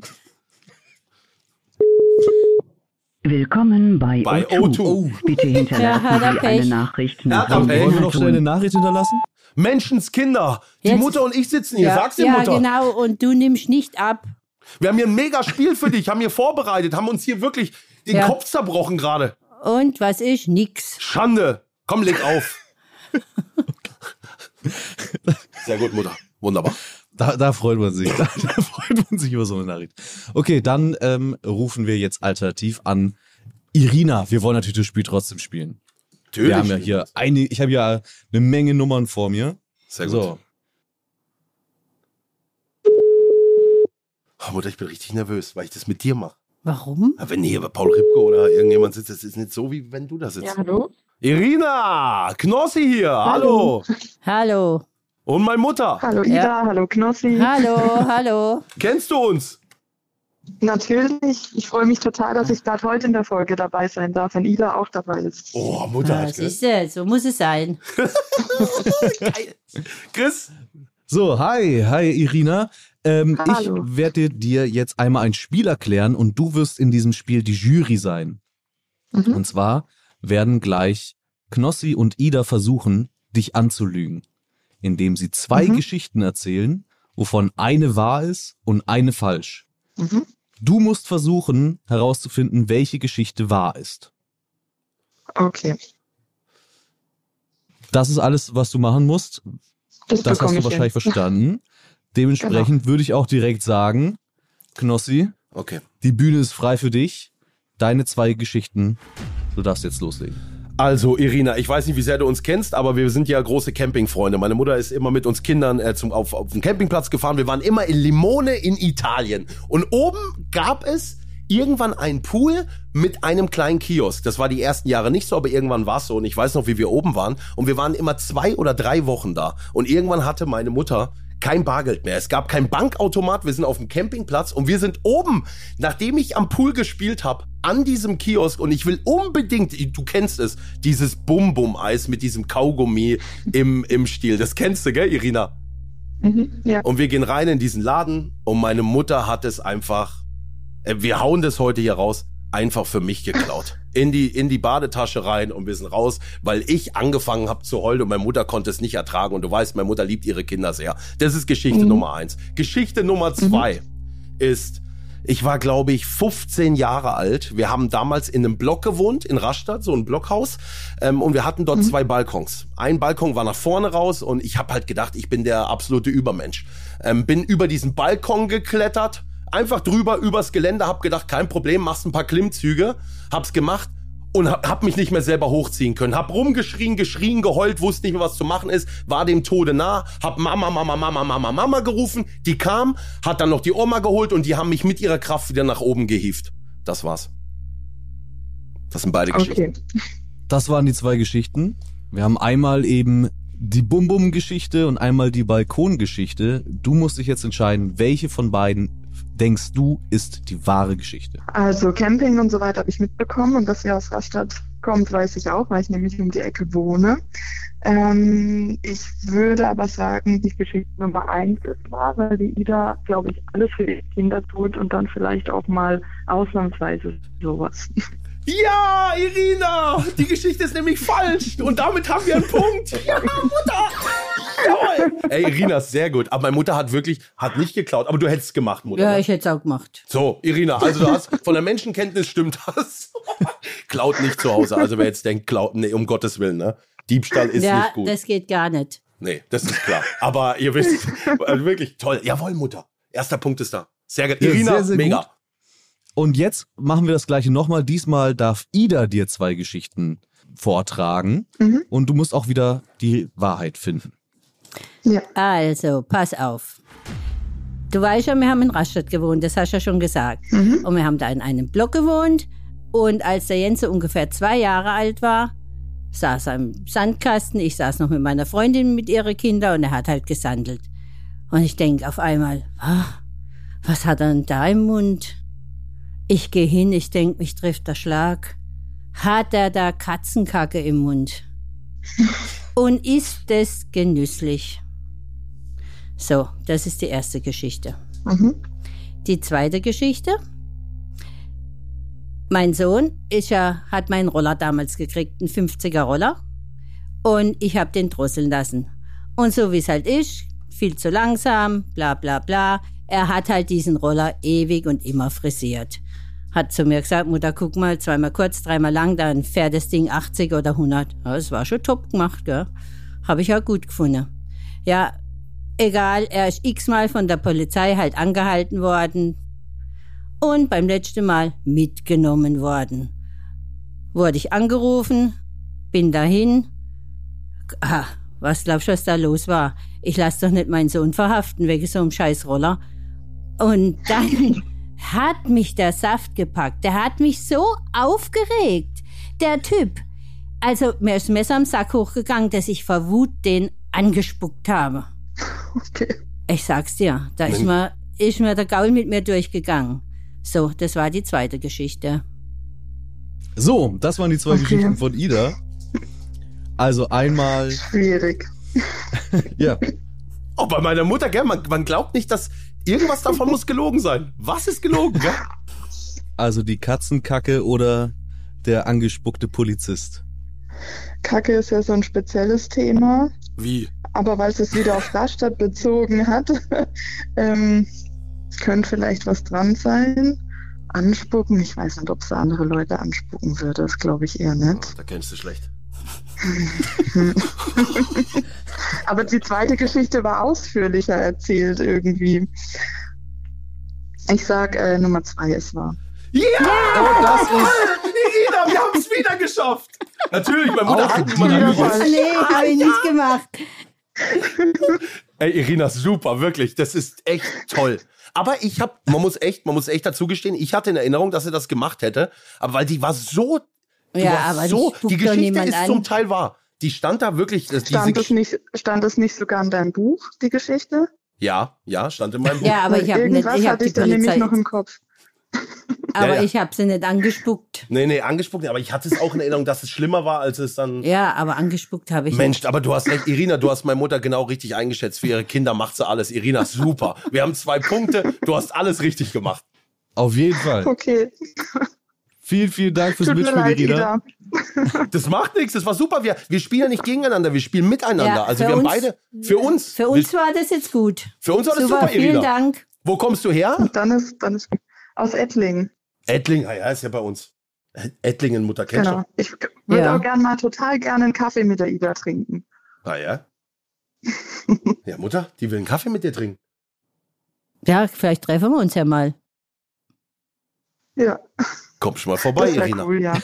F: Willkommen bei,
C: Bei
F: O2.
C: O2.
F: Bitte hinterlassen
D: Ja, hat er
F: Sie
D: Pech.
F: eine Nachricht nach
C: Ja,
F: dem
E: Und
C: Ey.
E: wollen wir
F: Ton.
E: noch schnell eine Nachricht hinterlassen?
C: Menschenskinder. Die
D: Jetzt-
C: Mutter und ich sitzen hier.
D: ja,
C: Sag's dir,
D: ja,
C: Mutter.
D: genau. Und du nimmst nicht ab.
C: Wir haben hier ein mega Spiel für dich. Haben hier vorbereitet. Haben uns hier wirklich den
D: Ja.
C: Kopf zerbrochen gerade.
D: Und was ist? Nix.
C: Schande. Komm, leg auf. Sehr gut, Mutter. Wunderbar.
E: Da, da freut man sich. Da, da freut man sich über so eine Nachricht. Okay, dann ähm, rufen wir jetzt alternativ an Irina. Wir wollen natürlich das Spiel trotzdem spielen.
C: Natürlich.
E: Wir haben ja hier einige, ich habe ja eine Menge Nummern vor mir.
C: Sehr gut.
E: So,
C: Oh, Mutter, ich bin richtig nervös, weil ich das mit dir mache.
D: Warum?
C: Na, Wenn hier bei Paul Ripke oder irgendjemand sitzt, das ist nicht so, wie wenn du da sitzt.
G: Ja, hallo?
C: Irina, Knossi hier, hallo.
G: Hallo.
D: Hallo.
C: Und meine Mutter,
G: Hallo Ida, hallo Knossi.
D: Hallo, hallo.
C: kennst du uns?
G: Natürlich, ich freue mich total, dass ich gerade heute in der Folge dabei sein darf, wenn Ida auch dabei ist.
C: Oh, Mutter
D: Ah,
C: hat gehört.
D: siehst du, so muss es sein.
C: Chris,
E: so hi, hi Irina. Ähm, ich
G: Hallo.
E: werde dir jetzt einmal ein Spiel erklären und du wirst in diesem Spiel die Jury sein.
G: Mhm.
E: Und zwar werden gleich Knossi und Ida versuchen, dich anzulügen, indem sie zwei
G: Mhm.
E: Geschichten erzählen, wovon eine wahr ist und eine falsch.
G: Mhm.
E: Du musst versuchen herauszufinden, welche Geschichte wahr ist.
G: Okay,
E: Das ist alles, was du machen musst.
G: das,
E: Das hast du
G: bekomme ich hin. Genau.
E: wahrscheinlich verstanden. Dementsprechend würde ich auch direkt sagen, Knossi,
C: Okay.
E: die Bühne ist frei für dich. Deine zwei Geschichten, du darfst jetzt loslegen.
C: Also, Irina, ich weiß nicht, wie sehr du uns kennst, aber wir sind ja große Campingfreunde. Meine Mutter ist immer mit uns Kindern äh, zum, auf, auf den Campingplatz gefahren. Wir waren immer in Limone in Italien. Und oben gab es irgendwann einen Pool mit einem kleinen Kiosk. Das war die ersten Jahre nicht so, aber irgendwann war es so. Und ich weiß noch, wie wir oben waren. Und wir waren immer zwei oder drei Wochen da. Und irgendwann hatte meine Mutter kein Bargeld mehr. Es gab keinen Bankautomat. Wir sind auf dem Campingplatz und wir sind oben, nachdem ich am Pool gespielt habe, an diesem Kiosk und ich will unbedingt, du kennst es, dieses Bum-Bum-Eis mit diesem Kaugummi im, im Stiel. Das kennst du, gell, Irina?
G: Mhm. Ja.
E: Oh,
C: Und wir gehen rein in diesen Laden und meine Mutter hat es einfach, äh, wir hauen das heute hier raus, einfach für mich geklaut. In die, in die Badetasche rein und wir sind raus, weil ich angefangen habe zu heulen und meine Mutter konnte es nicht ertragen. Und du weißt, meine Mutter liebt ihre Kinder sehr. Das ist Geschichte
G: Mhm.
C: Nummer eins. Geschichte Nummer zwei ist, Ich war, glaube ich, 15 Jahre alt. Wir haben damals in einem Block gewohnt, in Rastatt, so ein Blockhaus. Ähm, und wir hatten dort zwei Balkons. Ein Balkon war nach vorne raus und ich habe halt gedacht, ich bin der absolute Übermensch. Ähm, bin über diesen Balkon geklettert, einfach drüber, übers Gelände, hab gedacht, kein Problem, machst ein paar Klimmzüge. Hab's gemacht und hab, hab mich nicht mehr selber hochziehen können. Hab rumgeschrien, geschrien, geheult, wusste nicht mehr, was zu machen ist, war dem Tode nah, hab Mama, Mama, Mama, Mama, Mama gerufen, die kam, hat dann noch die Oma geholt und die haben mich mit ihrer Kraft wieder nach oben gehievt. Das war's. Das sind beide Geschichten.
G: Okay.
E: Das waren die zwei Geschichten. Wir haben einmal eben die Bum-Bum-Geschichte und einmal die Balkon-Geschichte. Du musst dich jetzt entscheiden, welche von beiden denkst du ist die wahre Geschichte.
G: Also Camping und so weiter habe ich mitbekommen und dass ihr aus Rastatt kommt, weiß ich auch, weil ich nämlich um die Ecke wohne. Ähm, ich würde aber sagen, die Geschichte Nummer eins ist wahr, weil die Ida, glaube ich, alles für die Kinder tut und dann vielleicht auch mal ausnahmsweise sowas.
C: Ja, Irina, die Geschichte ist nämlich falsch und damit haben wir einen Punkt. Ja, Mutter. Jawohl. Ey, Irina ist sehr gut, aber meine Mutter hat wirklich, hat nicht geklaut, aber du hättest es gemacht, Mutter. ne?
D: Ja, ich hätte es auch gemacht.
C: So, Irina, also du hast von der Menschenkenntnis stimmt das. klaut nicht zu Hause. Also wer jetzt denkt, klaut, nee, um Gottes Willen, ne? Diebstahl ist
D: ja,
C: nicht gut.
D: das geht gar nicht.
C: nee, das ist klar. Aber ihr wisst, also wirklich toll. Jawohl, Mutter. Erster Punkt ist da. Sehr gut.
E: Ja,
C: Irina,
E: sehr, sehr
C: mega.
E: gut. Und jetzt machen wir das gleiche nochmal. Diesmal darf Ida dir zwei Geschichten vortragen und du musst auch wieder die Wahrheit finden.
G: Ja,
D: Also, pass auf. Du weißt ja, wir haben in Rastatt gewohnt, das hast du ja schon gesagt.
G: Mhm.
D: Und wir haben da in einem Block gewohnt. Und als der Jense ungefähr zwei Jahre alt war, saß er im Sandkasten. Ich saß noch mit meiner Freundin mit ihren Kindern und er hat halt gesandelt. Und ich denke auf einmal, "Ah, was hat er denn da im Mund? Ich gehe hin, ich denke, mich trifft der Schlag. Hat er da Katzenkacke im Mund? Und ist das genüsslich? So, das ist die erste Geschichte.
G: mhm.
D: Die zweite Geschichte. Mein Sohn ist ja, hat meinen Roller damals gekriegt, einen 50er Roller. Und ich habe den drosseln lassen. Und so wie es halt ist, viel zu langsam, bla bla bla. Er hat halt diesen Roller ewig und immer frisiert. Hat zu mir gesagt, Mutter, guck mal, zweimal kurz, dreimal lang, dann fährt das Ding 80 oder 100. Ja, das war schon top gemacht, gell? Habe ich ja gut gefunden. Ja, egal, er ist x-mal von der Polizei halt angehalten worden und beim letzten Mal mitgenommen worden. Wurde ich angerufen, bin dahin. Ah, was glaubst du, was da los war? Ich lass doch nicht meinen Sohn verhaften wegen so einem Scheißroller. Und dann hat mich der Saft gepackt. Der hat mich so aufgeregt. Der Typ. Also mir ist das Messer am Sack hochgegangen, dass ich vor Wut den angespuckt habe.
G: okay.
D: Ich sag's dir, da ist mir, ist mir der Gaul mit mir durchgegangen. So, das war die zweite Geschichte.
E: So, das waren die zwei
G: Okay.
E: Geschichten von Ida. Also einmal,
G: Schwierig.
E: ja,
C: Oh, bei meiner Mutter, gell? Man, man glaubt nicht, dass irgendwas davon muss gelogen sein. Was ist gelogen, gell?
E: also die Katzenkacke oder der angespuckte Polizist.
G: Kacke ist ja so ein spezielles Thema,
C: Wie?
G: aber weil es es wieder auf Rastatt bezogen hat, ähm, könnte vielleicht was dran sein. Anspucken, ich weiß nicht, ob es andere Leute anspucken würde, das glaube ich eher nicht.
C: Da kennst du schlecht.
G: Aber die zweite Geschichte war ausführlicher erzählt irgendwie. Ich sag, äh, Nummer zwei ist wahr.
C: Ja! Und das ist. Irina, wir haben es wieder geschafft! Natürlich, meine Mutter hat niemand
G: die-
C: angerufen.
G: Falsch.
D: Nee, habe ich nicht gemacht.
C: Ey, Irina, super, wirklich. Das ist echt toll. Aber ich habe, man muss echt, man muss echt dazu gestehen, ich hatte in Erinnerung, dass sie das gemacht hätte, aber weil die war so, die
D: Ja,
C: war
D: aber
C: so,
D: das spuckt
C: die
D: doch
C: Geschichte
D: niemand
C: ist
D: an.
C: zum Teil wahr. Die stand da wirklich, dass diese
G: Stand es,
C: Gesch-
G: nicht, stand es nicht sogar in deinem Buch, die Geschichte?
C: ja, ja, stand in meinem Buch.
D: Ja, aber ich habe nicht,
G: Irgendwas
D: ich hab
G: hatte
D: die
G: ich dann nämlich
D: Polizei,
G: noch im Kopf.
D: aber
C: Ja, ja.
D: ich habe sie nicht angespuckt.
C: Nee, nee, angespuckt, aber ich hatte es auch in Erinnerung, dass es schlimmer war, als es dann.
D: Ja, aber angespuckt habe ich
C: Mensch, aber du hast recht, Irina, du hast meine Mutter genau richtig eingeschätzt. Für ihre Kinder macht sie alles. Irina, super. Wir haben zwei Punkte. Du hast alles richtig gemacht.
E: Auf jeden Fall.
G: Okay,
E: Vielen, vielen Dank fürs
G: tut mir
E: Mitspielen,
G: leid,
E: Ida.
G: Ida.
C: Das macht nichts, das war super. Wir, wir spielen ja nicht gegeneinander, wir spielen
D: nicht.
C: miteinander.
D: Ja,
C: also
D: für
C: wir haben
D: uns-
C: beide. Für uns.
D: Für uns war das jetzt gut.
C: für uns war das super,
D: Vielen
C: Irina.
D: Dank.
C: Wo kommst du her?
G: Dann Ah, ist, dann ist Aus Ettlingen.
C: Ettling, ah ja, ist ja bei uns. Ettlingen Mutter kennst
G: Genau.
C: du.
G: Ich g- würde
D: Ja.
G: auch gern mal total gerne einen Kaffee mit der Ida trinken.
C: Ah ja. Ja, Mutter, die will einen Kaffee mit dir trinken.
D: Ja, vielleicht treffen wir uns ja mal.
G: Ja,
C: Komm schon mal vorbei,
G: das wär
C: Irina.
G: cool, ja.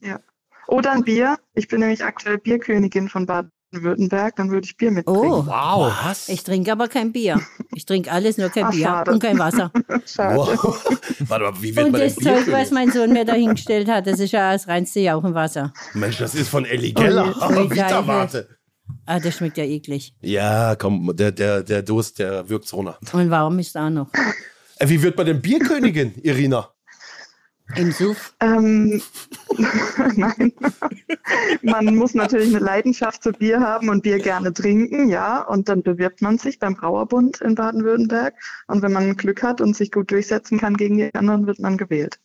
G: ja. Oder ein Bier. Ich bin nämlich aktuell Bierkönigin von Baden-Württemberg, dann würde ich Bier mittrinken.
D: Oh,
C: Wow. Was?
D: ich trinke aber kein Bier. Ich trinke alles, nur kein
G: Ah,
D: Bier
G: schade.
D: und kein Wasser.
G: Schade.
C: wow. Warte mal, wie wird
D: Und
C: man
D: das
C: denn
D: Zeug, was
C: Bierkönig?
D: mein Sohn mir dahingestellt hat, das ist ja das reinste Jauchenwasser.
C: Mensch, das ist von Ellie Geller.
D: Oh, wie
C: Vita
D: geil.
C: Warte.
D: Ah, das schmeckt ja eklig.
C: Ja, komm, der, der, der Durst, der wirkt's runter.
D: Und warum ist da noch?
C: Äh, Wie wird man denn Bierkönigin, Irina?
D: Im Suff?
G: Ähm, nein. man muss natürlich eine Leidenschaft zu Bier haben und Bier gerne trinken, ja. Und dann bewirbt man sich beim Brauerbund in Baden-Württemberg. Und wenn man Glück hat und sich gut durchsetzen kann gegen die anderen, wird man gewählt.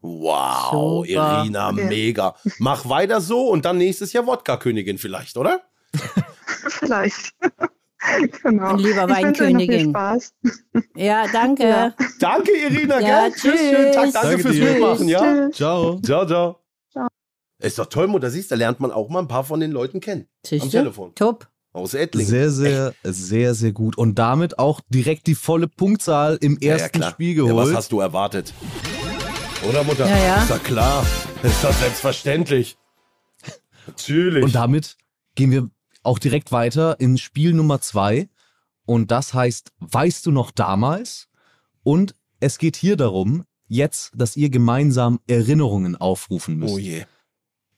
C: Wow,
D: Super.
C: Irina,
G: Ja.
C: mega. Mach weiter so und dann nächstes Jahr Wodka-Königin vielleicht, oder?
G: Vielleicht. genau.
D: Und lieber
G: Ich wünsche euch noch viel
D: Weinkönigin.
G: Spaß.
D: Ja, danke.
G: Ja.
C: Danke, Irina.
D: Ja,
C: gell? Tschüss, schönen Tag. Danke,
D: tschüss.
E: Danke
C: fürs
E: dir.
C: Mitmachen. Ja?
G: Tschüss.
E: Ciao.
C: Ciao, ciao.
G: Ciao.
C: Ist doch toll, Mutter. Siehst, da lernt man auch mal ein paar von den Leuten kennen.
D: Siehst
C: Am
D: du?
C: Telefon.
D: Top.
C: Aus Ettlingen.
E: Sehr, sehr, sehr, sehr gut. Und damit auch direkt die volle Punktzahl im
C: Ja, ja,
E: ersten
C: klar.
E: Spiel
C: Ja, was
E: geholt.
C: hast du erwartet? Oder, Mutter?
D: Ja, ja.
C: Ist doch klar. Ist doch selbstverständlich. Natürlich.
E: Und damit gehen wir auch direkt weiter in Spiel Nummer zwei. Und das heißt, weißt du noch damals? Und es geht hier darum, jetzt, dass ihr gemeinsam Erinnerungen aufrufen müsst.
C: oh je.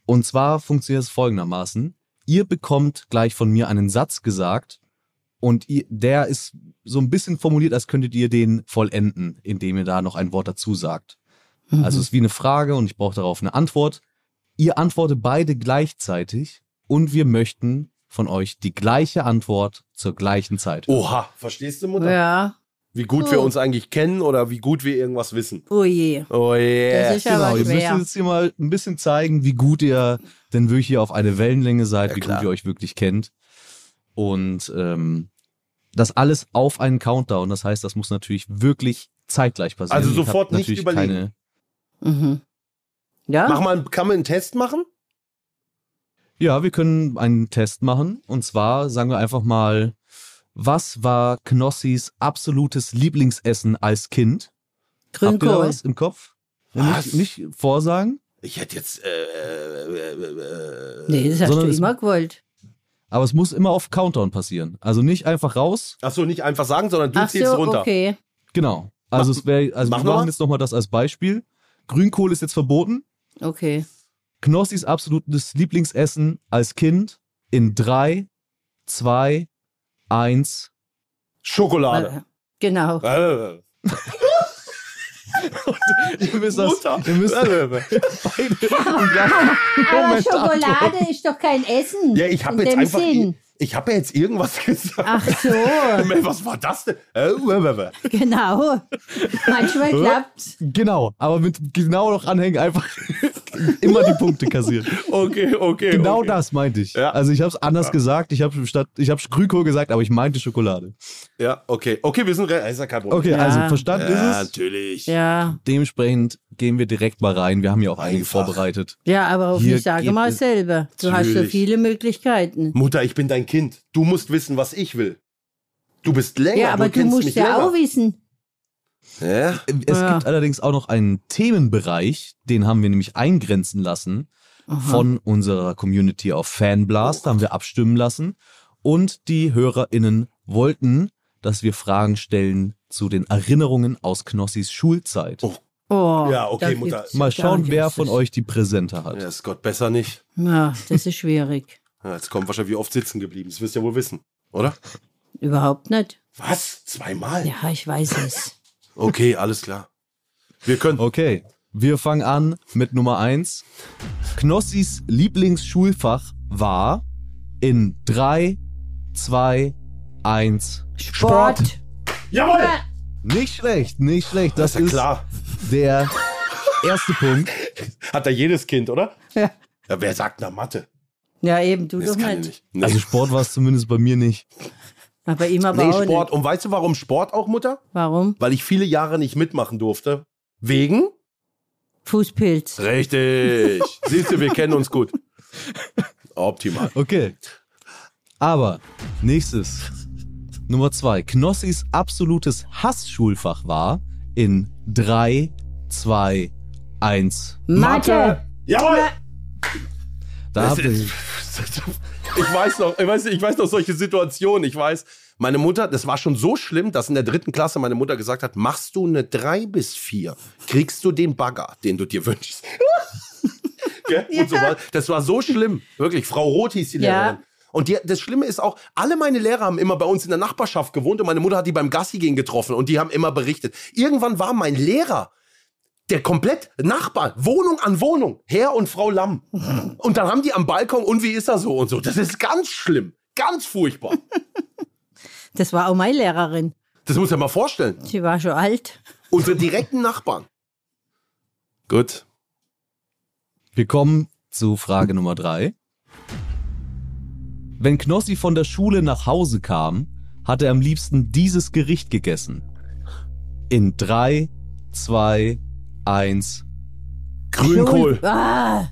E: Und zwar funktioniert es folgendermaßen. Ihr bekommt gleich von mir einen Satz gesagt und ihr, der ist so ein bisschen formuliert, als könntet ihr den vollenden, indem ihr da noch ein Wort dazu sagt. Also es ist wie eine Frage und ich brauche darauf eine Antwort. Ihr antwortet beide gleichzeitig und wir möchten von euch die gleiche Antwort zur gleichen Zeit.
C: Oha. Verstehst du, Mutter?
D: Ja.
C: Wie gut wir
D: Oh.
C: uns eigentlich kennen oder wie gut wir irgendwas wissen.
D: Oh je.
C: Oh yeah.
D: Das ist aber
E: Genau, ihr müsst
D: schwer.
E: jetzt hier mal ein bisschen zeigen, wie gut ihr denn wirklich hier auf eine Wellenlänge seid,
C: Ja,
E: wie
C: klar.
E: gut ihr euch wirklich kennt. Und ähm, das alles auf einen Countdown. Das heißt, das muss natürlich wirklich zeitgleich passieren.
C: Also
E: Ihr habt
C: sofort nicht
E: natürlich
C: überlegen.
E: Keine,
D: Mhm. Ja?
C: Mach mal, kann man einen Test machen?
E: ja, wir können einen Test machen. Und zwar sagen wir einfach mal, was war Knossis absolutes Lieblingsessen als Kind? Habt ihr da
D: Grünkohl.
E: was im Kopf?
C: Was?
E: Nicht, nicht vorsagen?
C: Ich hätte jetzt. Äh, äh, äh, äh,
D: Nee, das hast
E: Sondern
D: du
E: es-
D: immer gewollt.
E: Aber es muss immer auf Countdown passieren. Also nicht einfach raus,
C: Achso, nicht einfach sagen, sondern du
D: Ach
C: ziehst
D: so,
C: runter.
D: okay.
E: Genau. Also, es wär, also
C: mach noch
E: wir
C: mal.
E: machen jetzt nochmal das als Beispiel. Grünkohl ist jetzt verboten.
D: Okay.
E: Knossis absolutes Lieblingsessen als Kind in drei, zwei, eins.
C: Schokolade.
D: Genau.
C: Äh,
E: Ihr müsst das,
C: Mutter.
E: ihr müsst das
C: Äh,
E: beide im gleichen
D: Aber
E: Moment antworten.
D: Schokolade ist doch kein Essen.
C: ja, ich
D: In
C: habe jetzt
D: dem
C: einfach.
D: Sinn.
C: Ich habe ja jetzt irgendwas gesagt.
D: Ach so,
C: Moment, Was war das denn? Äh, äh, äh,
D: genau. Manchmal klappt's.
E: Genau, aber mit genau noch anhängen einfach immer die Punkte kassieren.
C: äh. Okay, okay.
E: Genau
C: okay.
E: das meinte ich.
C: Ja.
E: Also ich habe es anders gesagt. Ich habe statt ich habe Grünkohl gesagt, aber ich meinte Schokolade.
C: Ja, okay. Okay, wir sind. re- Ist ja kein Problem.
E: Okay,
D: Ja.
E: also verstanden
C: Ja,
E: ist es.
C: natürlich.
D: Ja,
E: Dementsprechend gehen wir direkt mal rein. Wir haben ja auch einige
C: Einfach.
E: vorbereitet.
D: ja, aber auf
E: Hier
D: ich sage
E: geht
D: mal
E: es-
D: selber. Du hast so
C: Natürlich.
D: viele Möglichkeiten.
C: Mutter, ich bin dein Kind. Du musst wissen, was ich will. Du bist länger.
D: ja, aber du,
C: kennst
D: musst
C: mich
D: ja auch
C: länger.
D: wissen.
C: Ja?
E: Es
D: Ja.
E: gibt allerdings auch noch einen Themenbereich, den haben wir nämlich eingrenzen lassen von unserer Community auf Fanblast, haben wir abstimmen lassen. Und die HörerInnen wollten, dass wir Fragen stellen zu den Erinnerungen aus Knossis Schulzeit.
C: Oh.
D: Oh,
C: Ja, okay,
D: da
C: Mutter.
D: gibt's
E: Mal
D: gar
E: schauen,
D: nichts.
E: wer von euch die präsenter hat.
C: ja, ist Gott besser nicht.
D: Ja, das ist schwierig.
C: Ja, Jetzt kommt wahrscheinlich wie oft sitzen geblieben. Das wirst du ja wohl wissen, oder?
D: Überhaupt nicht.
C: Was? Zweimal?
D: Ja, ich weiß es.
C: Okay, alles klar. Wir können.
E: Okay, wir fangen an mit Nummer eins. Knossis Lieblingsschulfach war in drei, zwei, eins.
D: Sport.
C: Jawohl!
E: Nicht schlecht, nicht schlecht. Das,
C: Das ist ja
E: ist
C: klar.
E: der erste Punkt.
C: Hat da jedes Kind, oder?
D: Ja.
C: ja wer sagt na Mathe?
D: Ja, eben, du
C: Nee,
D: doch
C: das kann ich
D: nicht.
C: nicht. Nee,
E: Also Sport war es zumindest bei mir nicht.
D: Aber immer
C: nee
D: aber auch
C: Sport.
D: nicht.
C: Und weißt du, warum Sport auch, Mutter?
D: Warum?
C: Weil ich viele Jahre nicht mitmachen durfte, Wegen? Äh,
D: Fußpilz.
C: Richtig. Siehst du, wir kennen uns gut. Optimal.
E: Okay. Aber nächstes. Nummer zwei. Knossis absolutes Hassschulfach war in 3, 2, 1.
D: Mathe.
C: Jawohl!
E: Da habt ihr.
C: ich weiß noch, ich weiß, ich weiß noch solche Situationen. Ich weiß, meine Mutter, das war schon so schlimm, dass in der dritten Klasse meine Mutter gesagt hat, machst du eine 3 bis 4, kriegst du den Bagger, den du dir wünschst. Gell? Und so war, das war so schlimm. Wirklich, Frau Roth hieß die
D: Ja.
C: Lehrerin. Und die, das Schlimme ist auch, alle meine Lehrer haben immer bei uns in der Nachbarschaft gewohnt und meine Mutter hat die beim Gassi gehen getroffen und die haben immer berichtet. Irgendwann war mein Lehrer der komplett Nachbar, Wohnung an Wohnung, Herr und Frau Lamm. Und dann haben die am Balkon und wie ist er so und so. Das ist ganz schlimm, ganz furchtbar.
D: Das war auch meine Lehrerin.
C: Das muss ich mal vorstellen.
D: Sie war schon alt.
C: Unsere direkten Nachbarn. Gut.
E: Wir kommen zu Frage Nummer drei. Wenn Knossi von der Schule nach Hause kam, hat er am liebsten dieses Gericht gegessen. In 3, 2, 1.
C: Grünkohl. Äh?
D: Ah.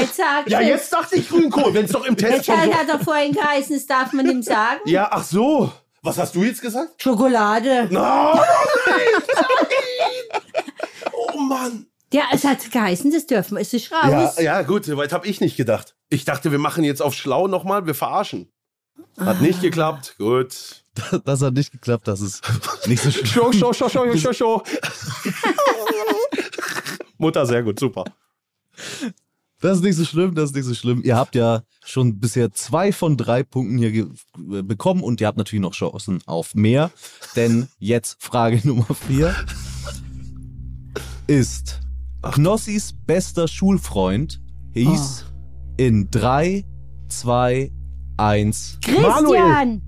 D: Jetzt sagt
C: Ja,
D: es.
C: jetzt dachte ich Grünkohl, wenn es doch im Test schon
D: Michael
C: so.
D: hat er vorhin geheißen, das darf man ihm sagen.
C: Ja, ach so. Was hast du jetzt gesagt?
D: Schokolade.
C: Na, oh Mann.
D: Ja, es hat geheißen, das dürfen wir. Es ist raus.
C: Ja, ja, gut, soweit habe ich nicht gedacht. Ich dachte, wir machen jetzt auf schlau nochmal, wir verarschen. Hat nicht geklappt. Gut.
E: Das hat nicht geklappt, das ist nicht so schlimm.
C: Show, show, show, show, show, show. Mutter, sehr gut, super.
E: Das ist nicht so schlimm, das ist nicht so schlimm. Ihr habt ja schon bisher zwei von drei Punkten hier ge- äh, bekommen und ihr habt natürlich noch Chancen auf mehr. Denn jetzt Frage Nummer vier ist Knossis bester Schulfreund hieß in drei, zwei, eins.
D: Christian.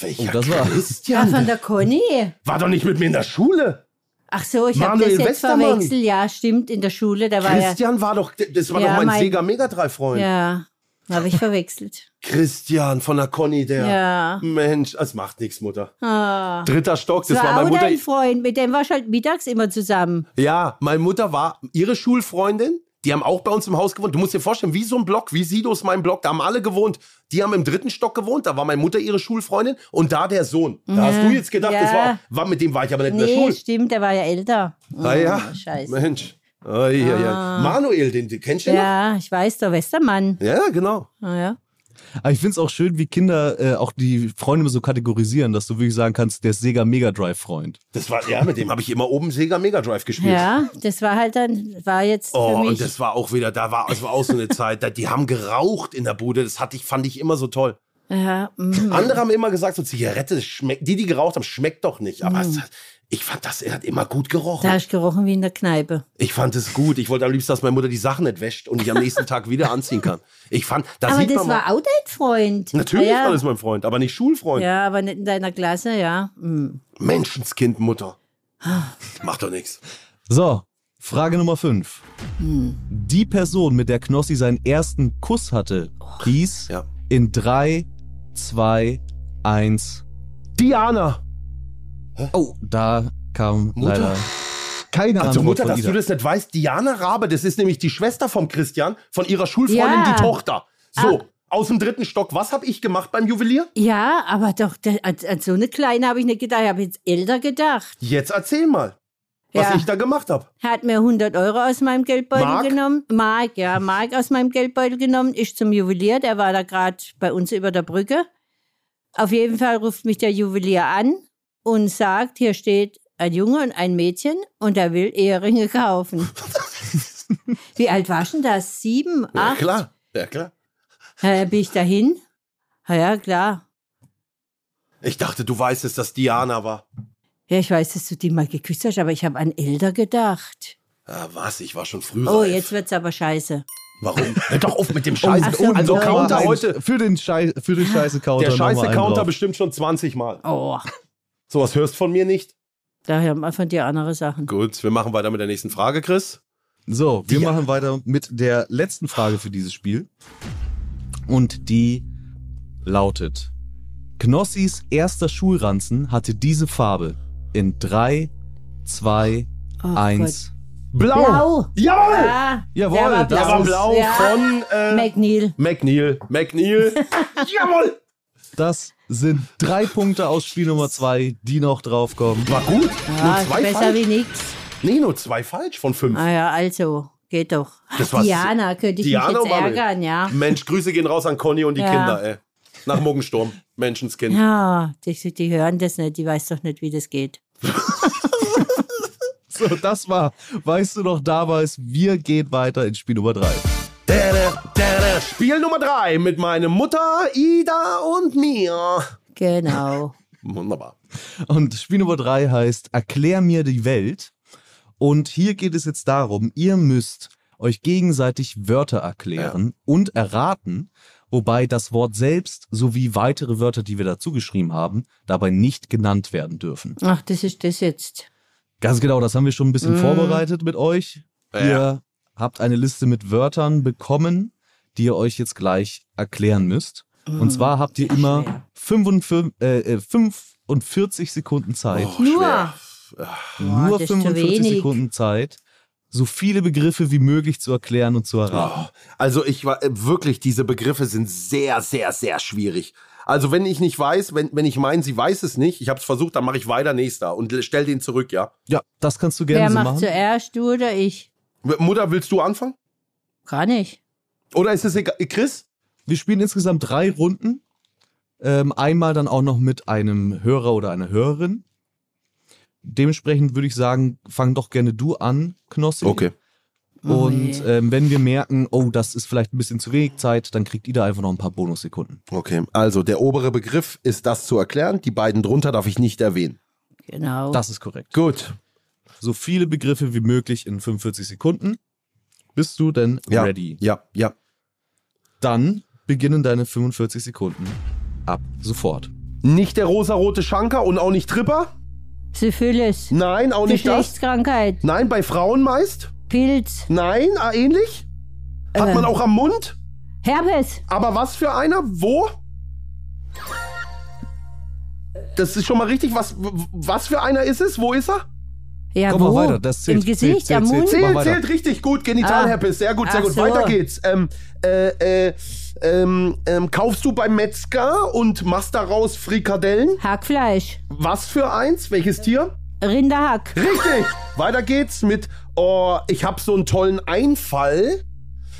C: Welcher
E: Oh, das war-
D: Ja, von
C: Christian?
D: der Conny.
C: War doch nicht mit mir in der Schule.
D: Ach so, ich habe das
C: Manuel
D: jetzt
C: Westermann.
D: verwechselt. Ja, stimmt, in der Schule, da war er.
C: Christian war doch, das war
D: Ja,
C: doch mein,
D: mein-
C: Sega Mega 3 Freund.
D: Ja, habe ich verwechselt.
C: Christian von der Conny, der.
D: Ja.
C: Mensch, es macht nichts, Mutter.
D: Ah.
C: Dritter Stock, das war
D: Das war
C: meine
D: auch
C: Mutter.
D: dein Freund, mit dem warst du halt mittags immer zusammen.
C: Ja, meine Mutter war ihre Schulfreundin. Die haben auch bei uns im Haus gewohnt. Du musst dir vorstellen, wie so ein Block, wie Sidos mein Block, da haben alle gewohnt. Die haben im dritten Stock gewohnt, da war meine Mutter ihre Schulfreundin und da der Sohn. Da hast du jetzt gedacht, das
D: Ja.
C: war, war mit dem war ich aber nicht in der
D: Nee,
C: Schule.
D: stimmt, der war ja älter.
C: Ah ja,
D: Oh, Scheiße.
C: Mensch. Ah, ja, ja. Manuel, den, den kennst du ja.
D: Ja, ich weiß, der Westermann.
C: noch? Ja, genau.
D: Ah, ja.
E: Aber ich find's auch schön, wie Kinder äh, auch die Freunde immer so kategorisieren, dass du wirklich sagen kannst, der Sega Mega Drive Freund.
C: Das war, ja, mit dem habe ich immer oben Sega Mega Drive gespielt.
D: ja, das war halt dann, war jetzt
C: Oh,
D: für
C: und
D: mich.
C: das war auch wieder, da war, es war auch so eine Zeit, da, die haben geraucht in der Bude, das hatte ich, fand ich immer so toll.
D: ja, mm.
C: Andere haben immer gesagt, so Zigarette, das schmeckt, die, die geraucht haben, schmeckt doch nicht. Aber es, hat- ich fand das, er hat immer gut gerochen.
D: Mhm. Da hast du gerochen wie in der Kneipe.
C: ich fand es gut. Ich wollte am liebsten, dass meine Mutter die Sachen nicht wäscht und ich am nächsten Tag wieder anziehen kann. Ich fand, da
D: Aber
C: sieht
D: das
C: man mal,
D: war auch dein Freund. Ah,
C: natürlich
D: ja.
C: war das mein Freund, aber nicht Schulfreund.
D: Ja, aber nicht in deiner Klasse, ja. Mm.
C: Menschenskind, Mutter.
D: Ah.
C: Macht doch nichts.
E: So, Frage Nummer 5.
D: Hm.
E: Die Person, mit der Knossi seinen ersten Kuss hatte, hieß
C: Ja.
E: in 3, 2, 1.
C: Diana.
E: Oh, da kam
C: Mutter?
E: leider keine
C: Also
E: Antwort
C: Mutter,
E: von
C: dass
E: Ida.
C: du das nicht weißt, Diana Rabe, das ist nämlich die Schwester vom Christian, von ihrer Schulfreundin,
D: Ja.
C: die Tochter. So, aus dem dritten Stock, was habe ich gemacht beim Juwelier?
D: Ja, aber doch, da, an, an so eine kleine habe ich nicht gedacht. Ich habe jetzt älter gedacht.
C: Jetzt erzähl mal, was
D: Ja.
C: ich da gemacht habe.
D: Er hat mir 100 Euro aus meinem Geldbeutel
C: Mark?
D: genommen. Mark, ja, Mark aus meinem Geldbeutel genommen. Ist zum Juwelier, der war da gerade bei uns über der Brücke. Auf jeden Fall ruft mich der Juwelier an und sagt, hier steht ein Junge und ein Mädchen und er will Eheringe kaufen. Wie alt war schon das? Sieben,
C: Ja,
D: acht?
C: klar. Ja, klar.
D: Äh, bin ich dahin? Na Ja, klar.
C: Ich dachte, du weißt es, dass Diana war.
D: Ja, ich weiß, dass du die mal geküsst hast, aber ich habe an Elder gedacht.
C: Ah, was? Ich war schon früh
D: Oh,
C: reif.
D: jetzt wird's aber scheiße.
C: Warum? Hör doch auf mit dem Scheiß.
D: Ach so,
C: Und
D: also
C: der Counter
E: Ein-
C: heute.
E: Für den, Schei für den scheiße Counter.
C: Der scheiße
E: nochmal einen
C: Counter
E: drauf.
C: bestimmt schon 20 Mal.
D: Oh,
C: Sowas hörst von mir nicht.
D: daher haben wir von dir andere Sachen.
C: Gut, wir machen weiter mit der nächsten Frage, Chris.
E: So, wir
C: Die-
E: machen weiter mit der letzten Frage für dieses Spiel. Und die lautet: Knossis erster Schulranzen hatte diese Farbe in 3, 2,
D: Oh
E: 1.
C: Blau.
D: Blau. Ah.
C: Jawohl.
D: Ja,
E: Jawohl,
D: der war
E: das
C: Der
D: blau.
C: war blau
D: ja.
C: von äh,
D: McNeil.
C: McNeil. McNeil. Jawohl.
E: Das sind drei Punkte aus Spiel Nummer 2, die noch draufkommen.
C: War gut.
D: Ah,
C: nur zwei
D: besser
C: falsch.
D: wie nix.
C: Nee, nur zwei falsch von fünf.
D: Ah ja, also, geht doch.
C: Das war's.
D: Diana, könnte ich
C: Diana
D: mich jetzt
C: Mammel.
D: ärgern, ja.
C: Mensch, Grüße gehen raus an Conny und die
D: Ja.
C: Kinder, ey. Nach Muggensturm. Menschenskind.
D: Ja, die, die hören das nicht, die weiß doch nicht, wie das geht.
E: So, das war, weißt du noch damals, wir gehen weiter in Spiel Nummer 3.
C: Da, da, da, da. Spiel Nummer drei mit meiner Mutter, Ida und mir.
D: Genau.
C: Wunderbar.
E: Und Spiel Nummer 3 heißt Erklär mir die Welt. Und hier geht es jetzt darum, ihr müsst euch gegenseitig Wörter erklären und erraten, wobei das Wort selbst sowie weitere Wörter, die wir dazu geschrieben haben, dabei nicht genannt werden dürfen.
D: Ach, das ist das jetzt.
E: Ganz genau, das haben wir schon ein bisschen
D: Mm.
E: vorbereitet mit euch.
C: Ja.
E: Ihr habt eine Liste mit Wörtern bekommen, die ihr euch jetzt gleich erklären müsst.
C: Mm.
E: Und zwar habt ihr immer
D: schwer.
E: 45, äh, äh, 45 Sekunden Zeit.
C: Oh,
D: Nur.
C: schwer.
D: Boah,
E: nur
D: das ist zu
E: 45
D: wenig.
E: Sekunden Zeit, so viele Begriffe wie möglich zu erklären und zu
C: Oh,
E: erraten.
C: also ich war äh, wirklich, diese Begriffe sind sehr, sehr, sehr schwierig. Also wenn ich nicht weiß, wenn, wenn ich meine, sie weiß es nicht, ich habe es versucht, dann mache ich weiter nächster und stell den zurück, ja.
E: Ja, das kannst du gerne
D: Wer
E: so
D: macht
E: machen.
D: zuerst, du oder ich?
C: W- Mutter, willst du anfangen?
D: Gar nicht.
C: Oder ist es egal? Chris?
E: Wir spielen insgesamt drei Runden. Ähm, einmal dann auch noch mit einem Hörer oder einer Hörerin. Dementsprechend würde ich sagen, fang doch gerne du an, Knossi.
D: Oh
E: Und
D: Ui.
E: ähm, wenn wir merken, oh, das ist vielleicht ein bisschen zu wenig Zeit, dann kriegt Ida einfach noch ein paar Bonussekunden.
C: Okay, also der obere Begriff ist das zu erklären, die beiden drunter darf ich nicht erwähnen.
D: Genau.
E: Das ist korrekt.
C: Gut.
E: So viele Begriffe wie möglich in 45 Sekunden. Bist du denn
C: Ja.
E: ready?
C: Ja, ja.
E: Dann beginnen deine 45 Sekunden ab sofort.
C: Nicht der rosarote Schanker und auch nicht Tripper?
D: Syphilis.
C: Nein, auch nicht das?
D: Geschlechtskrankheit.
C: Nein, bei Frauen meist?
D: Pilz.
C: Nein, ah, ähnlich? Hat
D: Äh.
C: man auch am Mund?
D: Herpes.
C: Aber was für einer? Wo? Das ist schon mal richtig. Was, w- was für einer ist es? Wo ist er?
D: Ja,
E: Komm
D: wo?
E: mal weiter, das zählt,
D: Im Gesicht,
E: zählt,
D: am
E: zählt,
D: Mund.
E: zählt.
C: Zählt,
E: weiter.
C: zählt richtig gut. Genitalherpes. Sehr gut, sehr
D: Ah. Ach
C: gut.
D: so.
C: Weiter geht's. Ähm, äh, äh, ähm, ähm, kaufst du beim Metzger und machst daraus Frikadellen?
D: Hackfleisch.
C: Was für eins? Welches Tier?
D: Rinderhack.
C: Richtig. Weiter geht's mit, oh, ich hab so einen tollen Einfall.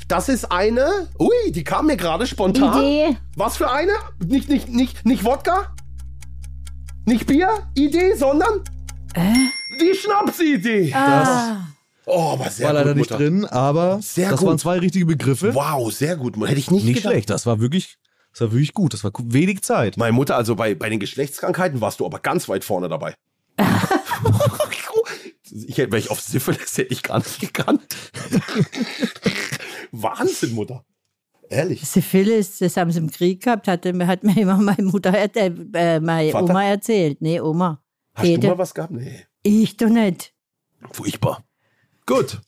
C: Das ist eine, ui, die kam mir gerade spontan.
D: Idee.
C: Was für eine? Nicht, nicht, nicht, nicht Wodka? Nicht Bier? Idee, sondern? Die Schnapsidee.
D: Äh? Ah,
C: Oh, aber sehr
E: War
C: gut,
E: leider nicht
C: Mutter.
E: drin, aber
C: Sehr
E: das
C: gut.
E: waren zwei richtige Begriffe.
C: Wow, sehr gut. Mutter. Hätte ich nicht,
E: Nicht
C: gedacht.
E: schlecht, das war wirklich, das war wirklich gut. Das war ku- wenig Zeit.
C: Meine Mutter, also bei, bei den Geschlechtskrankheiten warst du aber ganz weit vorne dabei. ich hätte, wäre ich auf Syphilis, hätte ich gar nicht gekannt. Wahnsinn, Mutter. Ehrlich.
D: Syphilis, das haben sie im Krieg gehabt, hatte, hat mir immer meine Mutter, ert- äh, äh, meine
C: Vater?
D: Oma erzählt. Nee, Oma.
C: Hast du
D: Käthe.
C: mal was gehabt? Nee.
D: Ich doch nicht.
C: Furchtbar. Gut.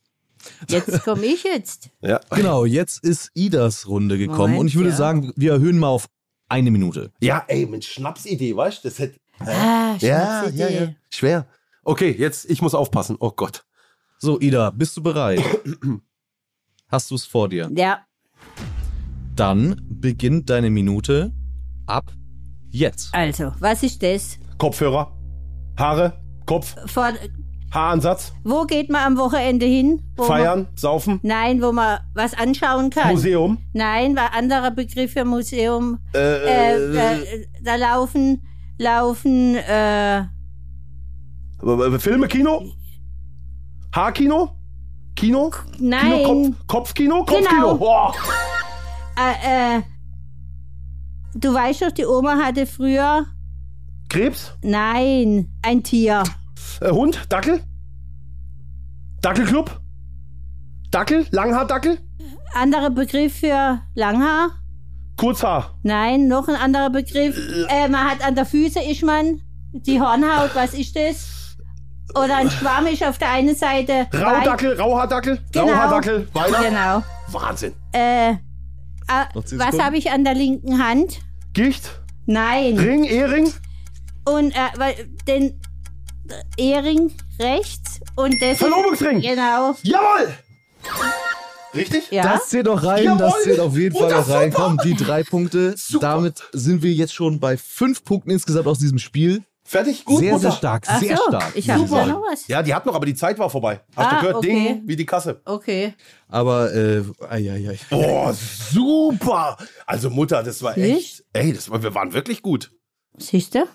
D: Jetzt komme ich jetzt.
C: Ja.
E: Genau, jetzt ist Idas Runde gekommen
D: Moment,
E: und ich würde
D: ja.
E: sagen, wir erhöhen mal auf eine Minute.
C: ja, ey, mit Schnapsidee, weißt du? Das hätte.
D: Ah,
C: Ja,
D: Schnapsidee.
C: ja, ja. Schwer. Okay, jetzt, ich muss aufpassen. Oh Gott.
E: So, Ida, bist du bereit? Hast du es vor dir?
D: Ja,
E: Dann beginnt deine Minute ab jetzt.
D: also, was ist das?
C: Kopfhörer, Haare, Kopf,
D: Vor,
C: Haaransatz,
D: wo geht man am Wochenende hin? Wo Man,
C: Feiern, Saufen,
D: nein, wo man was anschauen kann.
C: Museum.
D: Nein, war anderer Begriff für Museum. Äh,
C: Äh, äh,
D: äh, da laufen, laufen, äh,
C: äh, Filme, Kino? Haarkino? Kino?
D: nein.
C: Kino, Kopf, Kopfkino? Kopfkino.
D: Genau.
C: Boah.
D: Äh, äh, du weißt doch, die Oma hatte früher,
C: Krebs?
D: nein, ein Tier.
C: Äh, Hund? Dackel? Dackelclub? Dackel? Langhaar-Dackel?
D: Anderer Begriff für Langhaar?
C: Kurzhaar?
D: Nein, noch ein anderer Begriff. Äh, man hat an der Füße, ist man, die Hornhaut, was ist das? Oder ein Schwamm ist auf der einen Seite. weit-
C: Rauhdackel? Rauhaar-Dackel?
D: Genau.
C: Rauhaar-Dackel? Weiter?
D: Genau.
C: Wahnsinn.
D: Äh, äh,
E: Noch zehn
D: was
E: Sekunden.
D: habe ich an der linken Hand?
C: Gicht?
D: Nein.
C: Ring? Ehering?
D: Und äh, weil den Ehring rechts und das.
C: Verlobungsring!
D: Genau.
C: Jawohl! Richtig?
D: Ja.
E: Das zählt doch rein,
C: Jawohl.
E: das zählt auf jeden Fall auch
C: Wunderbar.
E: rein. Komm, die drei Punkte. Damit sind wir jetzt schon bei fünf Punkten insgesamt aus diesem Spiel.
C: Fertig? Gut,
E: sehr,
C: Mutter.
E: sehr stark,
D: Ach
E: sehr
D: so,
E: stark.
D: ich habe
E: Super.
D: ja noch was.
C: Ja, die hat noch, aber die Zeit war vorbei. Hast
D: Ah,
C: du gehört?
D: okay.
C: Ding wie die Kasse.
D: Okay.
E: Aber, äh, ai, ai, ai.
C: Boah, super! Also Mutter, das war echt.
D: Nicht?
C: Ey, das war, wir waren wirklich gut.
D: Siehst du?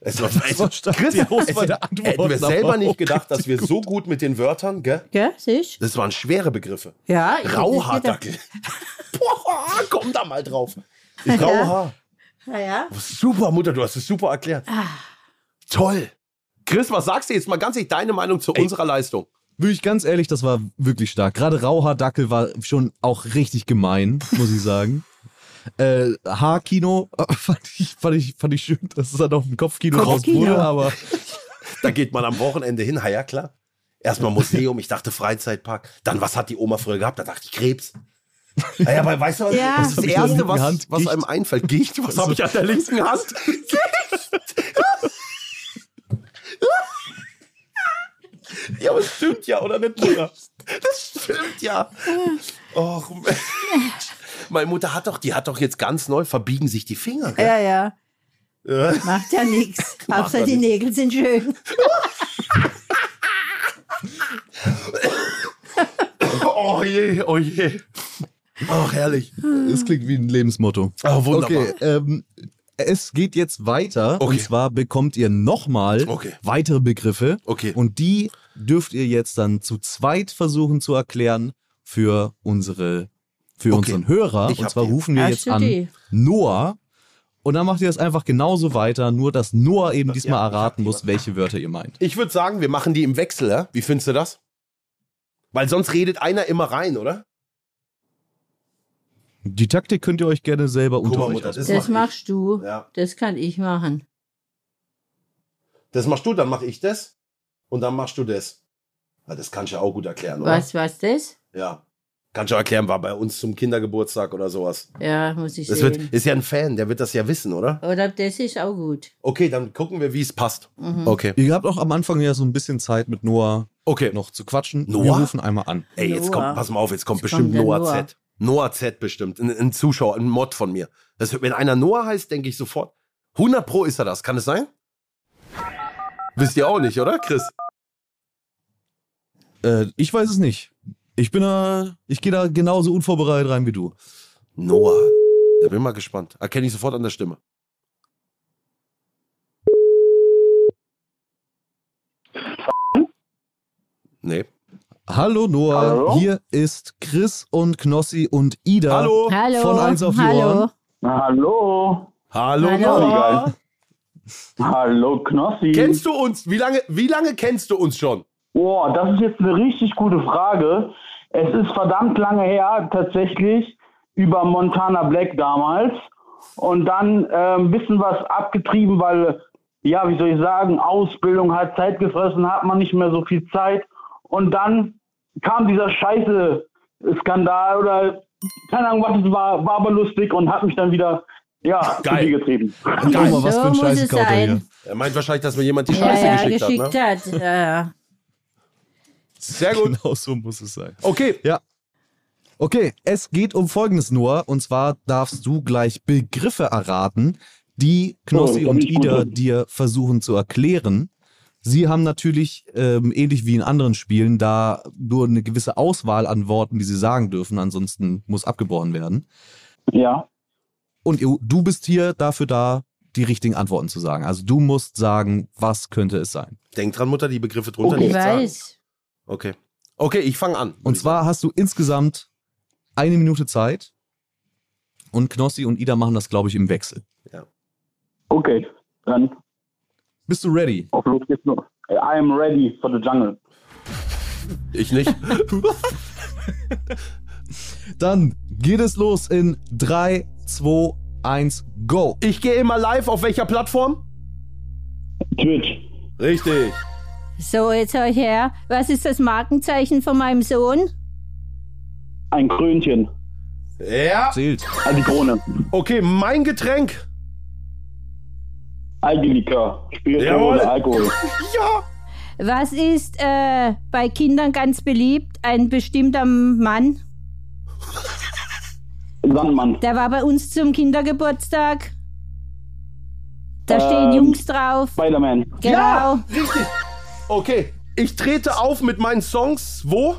C: Es war, es
E: war stark.
C: Chris,
E: Die Antwort
C: es
E: war
C: hätten-
E: der Antwort,
C: hätten wir
E: aber
C: selber nicht
E: auch
C: gedacht, dass wir so gut mit den Wörtern, gell?
D: Ja, siehst du?
C: Das waren schwere Begriffe.
D: Ja. ich hab nicht gedacht.
C: Rauhaardackel. Boah, komm da mal drauf. Grauhaar.
D: Ja, ja.
C: Super, Mutter, du hast es super erklärt. Toll. Chris, was sagst du jetzt mal ganz ehrlich deine Meinung zu unserer Leistung?
E: Würde ich ganz ehrlich, das war wirklich stark. Gerade Rauhaar-Dackel war schon auch richtig gemein, muss ich sagen. Äh, Haarkino äh, fand ich, fand, ich, fand ich schön, dass es dann auf dem Kopfkino raus
D: Kopfkino.
E: wurde, aber
C: Da geht man am Wochenende hin, ha, ja klar. Erstmal Museum, ich dachte Freizeitpark. Dann, was hat die Oma früher gehabt? Da dachte ich Krebs. Naja, weil weißt du, was,
D: Ja.
C: das ist
E: Hab
C: das
E: ich da
C: Erste,
E: linken
C: was,
E: Hand?
C: was
E: Gicht.
C: einem einfällt. Gicht, was habe ich an der linken Hand? ja, aber es stimmt ja, oder nicht, Mutter? Das stimmt ja. Och, Mensch. meine Mutter hat doch, die hat doch jetzt ganz neu, verbiegen sich die Finger. Gell?
D: Ja, ja.
C: Äh.
D: Macht ja nichts.
C: Macht
D: Hauptsache
C: ja
D: die
C: nix.
D: Nägel sind schön.
C: Oh je, oh je. Ach, herrlich.
E: es klingt wie ein Lebensmotto.
C: Oh, wunderbar.
E: Okay, ähm, es geht jetzt weiter.
C: Okay.
E: Und zwar bekommt ihr nochmal
C: Okay.
E: weitere Begriffe.
C: Okay.
E: Und die dürft ihr jetzt dann zu zweit versuchen zu erklären für unsere, für
C: Okay.
E: unseren Hörer.
C: Ich
E: und
C: hab
E: zwar
C: die.
E: rufen wir
D: Hast
E: jetzt
D: du
E: an
D: die?
E: Noah. Und dann macht ihr das einfach genauso weiter, nur dass Noah eben diesmal
C: ja, ich hab
E: erraten
C: die
E: muss, welche Wörter ihr meint.
C: Ich würde sagen, wir machen die im Wechsel, ja? Wie findest du das? Weil sonst redet einer immer rein, oder?
E: Die Taktik könnt ihr euch gerne selber
C: Guck
E: unter
C: mal,
E: euch
C: Mutter, das
E: ausmachen.
D: Das
C: mach ich.
D: machst du.
C: Ja.
D: Das kann ich machen.
C: Das machst du, dann mache ich das. Und dann machst du das. Ja, das kannst du ja auch gut erklären, oder?
D: Was, was das?
C: Ja. Kannst du auch erklären, war bei uns zum Kindergeburtstag oder sowas.
D: Ja, muss ich
C: Das wird,
D: sehen.
C: ist ja ein Fan, der wird das ja wissen, oder?
D: Oder das ist auch gut. Mhm.
C: Okay, dann gucken wir, wie es passt. Okay.
E: Ihr habt auch am Anfang ja so ein bisschen Zeit mit Noah
C: Okay.
E: noch zu quatschen. Wir
C: Noah?
E: rufen einmal an.
C: Ey, jetzt
D: Noah.
C: kommt, pass mal auf, jetzt kommt
D: Jetzt
C: bestimmt
D: kommt der
C: Noah,
D: Noah.
C: Z. Noah Z bestimmt, ein, ein Zuschauer, ein Mod von mir. Das, wenn einer Noah heißt, denke ich sofort, 100 Pro ist er das, kann es sein? Wisst ihr auch nicht, oder, Chris?
E: Äh, ich weiß es nicht. Ich bin da, ich gehe da genauso unvorbereitet rein wie du.
C: Noah, da bin ich mal gespannt. Erkenne ich sofort an der Stimme. Nee.
E: Hallo Noah,
H: Hallo.
E: hier ist Chris und Knossi und Ida.
C: Hallo.
D: Hallo.
E: Von eins auf die
D: hallo.
E: Ohren.
H: Na, hallo.
C: Hallo,
D: Hallo.
C: Noah.
H: Hallo, Knossi.
C: Kennst du uns? Wie lange, wie lange kennst du uns schon?
H: Boah, das ist jetzt eine richtig gute Frage. Es ist verdammt lange her, tatsächlich, über Montana Black damals. Und dann äh, ein bisschen was abgetrieben, weil, ja, wie soll ich sagen, Ausbildung hat Zeit gefressen, hat man nicht mehr so viel Zeit. Und dann kam dieser scheiße Skandal oder keine Ahnung, was es war, war aber lustig und hat mich dann wieder, ja, zu
C: Geil.
H: viel getrieben.
E: Guck mal, was
D: So
E: für ein
D: muss
E: Scheiß
D: es
E: kaut er hier.
D: sein.
C: Er meint wahrscheinlich, dass mir jemand die
D: Ja,
C: Scheiße
D: ja,
C: geschickt, hat.
D: geschickt
C: Ne?
D: hat. Ja,
C: Sehr gut.
E: Genau so muss es sein.
C: Okay.
E: Okay, es geht um folgendes Noah. Und zwar darfst du gleich Begriffe erraten, die Knossi
H: Oh, da
E: und
H: bin ich gut
E: Ida
H: drin.
E: dir versuchen zu erklären. Sie haben natürlich, ähm, ähnlich wie in anderen Spielen, da nur eine gewisse Auswahl an Worten, die sie sagen dürfen. Ansonsten muss abgebrochen werden.
H: Ja.
E: Und ihr- du bist hier dafür da, die richtigen Antworten zu sagen. Also du musst sagen, was könnte es sein.
C: Denk dran, Mutter, die Begriffe drunter
H: Okay.
D: ich
C: nicht sagen.
D: weiß.
C: Okay. Okay, ich fange an.
E: Und zwar hast du insgesamt eine Minute Zeit. Und Knossi und Ida machen das, glaube ich, im Wechsel.
H: Okay, dann
E: Bist du ready?
H: auf los geht's nur. I am ready for the jungle.
C: Ich nicht.
E: Dann geht es los in 3, 2, 1, go.
C: ich gehe immer live auf welcher Plattform?
H: Twitch.
C: Richtig.
D: So, jetzt hör ich her. Was ist das Markenzeichen von meinem Sohn?
H: Ein Krönchen.
C: Ja.
E: Zählt.
H: Also die Krone.
C: Okay, mein Getränk.
H: Algelika. Spirituosen,
C: Jawohl.
H: Alkohol.
C: Ja.
D: Was ist äh, bei Kindern ganz beliebt? Ein bestimmter Mann,
H: Sandmann.
D: der war bei uns zum Kindergeburtstag. Da
H: Ähm,
D: stehen Jungs drauf.
H: Spider-Man.
D: Genau.
C: Ja, richtig. Okay, ich trete auf mit meinen Songs. Wo?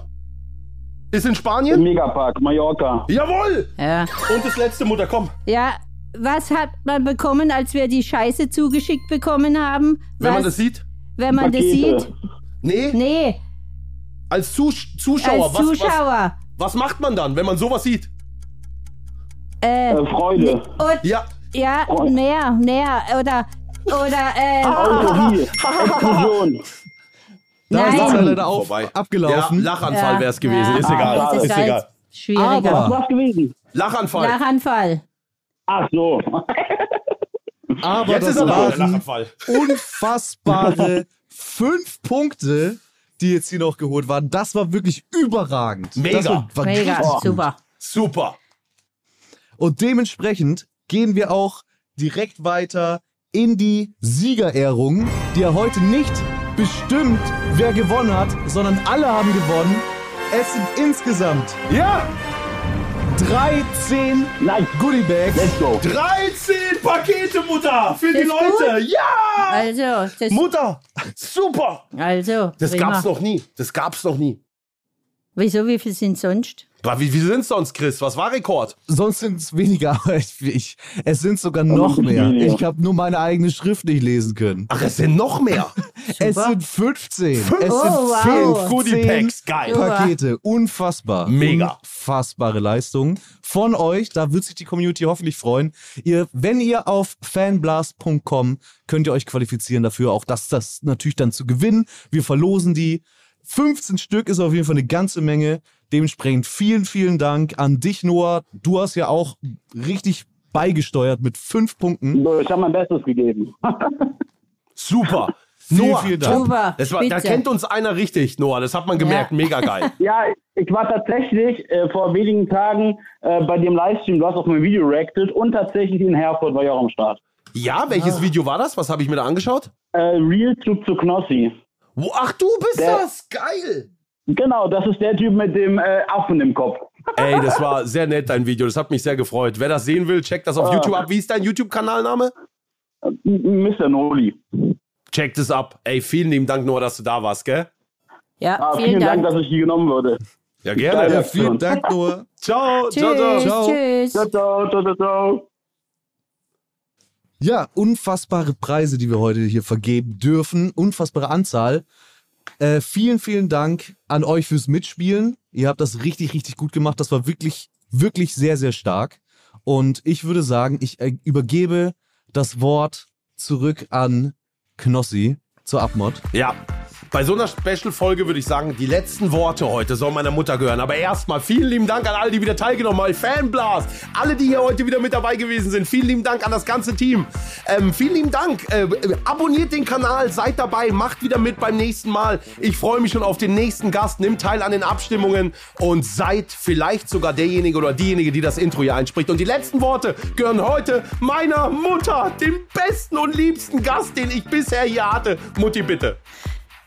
C: Ist in
H: Im
C: Spanien?
H: Megapark, Mallorca.
C: Jawohl!
D: Ja.
C: Und das letzte Mutter, komm.
D: ja. Was hat man bekommen, als wir die Scheiße zugeschickt bekommen haben?
C: Wenn man das
D: Was-
C: sieht.
D: wenn man das
H: Pakete.
D: sieht?
C: Nee,
D: Nee,
C: als Zus Zuschauer.
D: als Zuschauer.
C: Was, was, was macht man dann, wenn man sowas sieht?
D: äh,
H: Äh, Freude.
D: und,
C: Ja,
D: ja,
H: Oh.
D: näher, näher. Oder, oder, äh,
H: Autorie. Explosion.
E: Da ist es
D: Nein.
E: leider auf,
C: Vorbei.
E: abgelaufen.
C: Ja, Lachanfall
D: Ja.
C: wär's gewesen.
D: Ja.
C: Ist egal.
D: das ist,
E: ist
D: halt
E: egal.
D: schwieriger.
E: Aber-
H: Was war's gewesen?
C: Lachanfall.
D: Lachanfall.
H: Ach so.
E: aber
C: Jetzt
E: das
C: ist er da, der
E: waren
C: Lachanfall.
E: unfassbare fünf Punkte, die jetzt hier noch geholt waren. Das war wirklich überragend.
C: Mega.
E: Das war, war
D: Mega,
E: richtig gut.
D: super.
C: Super.
E: Und dementsprechend gehen wir auch direkt weiter in die Siegerehrung, die ja heute nicht bestimmt, wer gewonnen hat, sondern alle haben gewonnen. Es sind insgesamt
C: Ja,
E: 13
H: Nice.
E: Goodiebags.
H: Let's go.
C: 13 Pakete, Mutter, für die
D: Ist gut.
C: Leute. Ja!
D: Also, das,
C: Mutter, super.
D: also
C: Das
D: prima.
C: gab's noch nie. Das gab's noch nie.
D: Wieso, wie viel sind sonst?
C: Aber wie, wie sind's sonst, Chris? Was war Rekord?
E: Sonst sind es weniger, aber ich, ich, es sind sogar noch mehr.
H: weniger.
E: Ich habe nur meine eigene Schrift nicht lesen können.
C: Ach, es sind noch mehr.
E: Es sind 15. Es sind
D: Oh, wow.
E: 15
C: Goodie Packs, geil.
D: Super.
E: Pakete. Unfassbar.
C: Mega.
E: Unfassbare Leistung von euch. Da wird sich die Community hoffentlich freuen. Ihr, wenn ihr auf fanblast.com könnt ihr euch qualifizieren dafür, auch das, das natürlich dann zu gewinnen. Wir verlosen die. 15 Stück ist auf jeden Fall eine ganze Menge. Dementsprechend vielen, vielen Dank an dich, Noah. Du hast ja auch richtig beigesteuert mit fünf Punkten.
H: So, Ich habe mein Bestes gegeben.
C: Super.
E: Vielen,
C: Noah,
E: vielen Dank.
C: top.
D: Super,
C: Das war, da
D: spitze.
C: kennt uns einer richtig, Noah. Das hat man gemerkt.
D: Ja.
C: Mega geil.
H: Ja, ich war tatsächlich äh, vor wenigen Tagen äh, bei dem Livestream, du hast auf mein Video reacted und tatsächlich in Herford war ich auch am Start.
C: Ja, welches Video war das? Was habe ich mir da angeschaut?
H: Äh, Real Zug zu Knossi.
C: Wo- Ach, du bist
H: Der-
C: das. Geil.
H: Genau, das ist der Typ mit dem äh, Affen im Kopf.
C: Ey, das war sehr nett, dein Video. Das hat mich sehr gefreut. Wer das sehen will, checkt das auf YouTube ab. Wie ist dein YouTube-Kanalname?
H: M- Mr. Noli.
C: Checkt es ab. Ey, vielen lieben Dank, Noah, dass du da warst, gell?
D: Ja,
H: Ah, vielen, Dank. dass ich hier genommen wurde.
C: Ja,
H: Geil.
C: gerne.
E: Ja, vielen Dank, Noah.
C: Ciao, ciao, ciao.
D: tschüss,
E: Ciao.
D: tschüss.
H: Ciao, ciao, ciao, ciao, ciao.
E: Ja, unfassbare Preise, die wir heute hier vergeben dürfen. Unfassbare Anzahl. Äh, vielen, vielen Dank an euch fürs Mitspielen. Ihr habt das richtig, richtig gut gemacht. Das war wirklich, wirklich sehr, sehr stark. Und ich würde sagen, ich äh, übergebe das Wort zurück an Knossi zur Abmod.
C: Ja. Bei so einer Special-Folge würde ich sagen, die letzten Worte heute sollen meiner Mutter gehören. Aber erstmal vielen lieben Dank an alle, die wieder teilgenommen haben. Fanblast, alle, die hier heute wieder mit dabei gewesen sind. Vielen lieben Dank an das ganze Team. Ähm, vielen lieben Dank. Äh, äh, abonniert den Kanal, seid dabei, macht wieder mit beim nächsten Mal. Ich freue mich schon auf den nächsten Gast. Nimmt teil an den Abstimmungen und seid vielleicht sogar derjenige oder diejenige, die das Intro hier einspricht. Und die letzten Worte gehören heute meiner Mutter, dem besten und liebsten Gast, den ich bisher hier hatte. Mutti, bitte.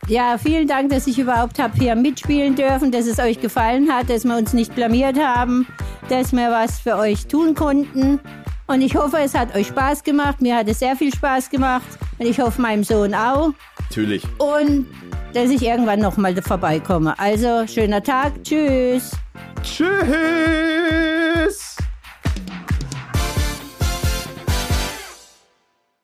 D: Ja, vielen Dank, dass ich überhaupt hab hier mitspielen dürfen, dass es euch gefallen hat, dass wir uns nicht blamiert haben, dass wir was für euch tun konnten. Und ich hoffe, es hat euch Spaß gemacht. Mir hat es sehr viel Spaß gemacht. Und ich hoffe, meinem Sohn auch.
C: Natürlich.
D: Und dass ich irgendwann nochmal vorbeikomme. Also, schöner Tag. Tschüss.
C: Tschüss.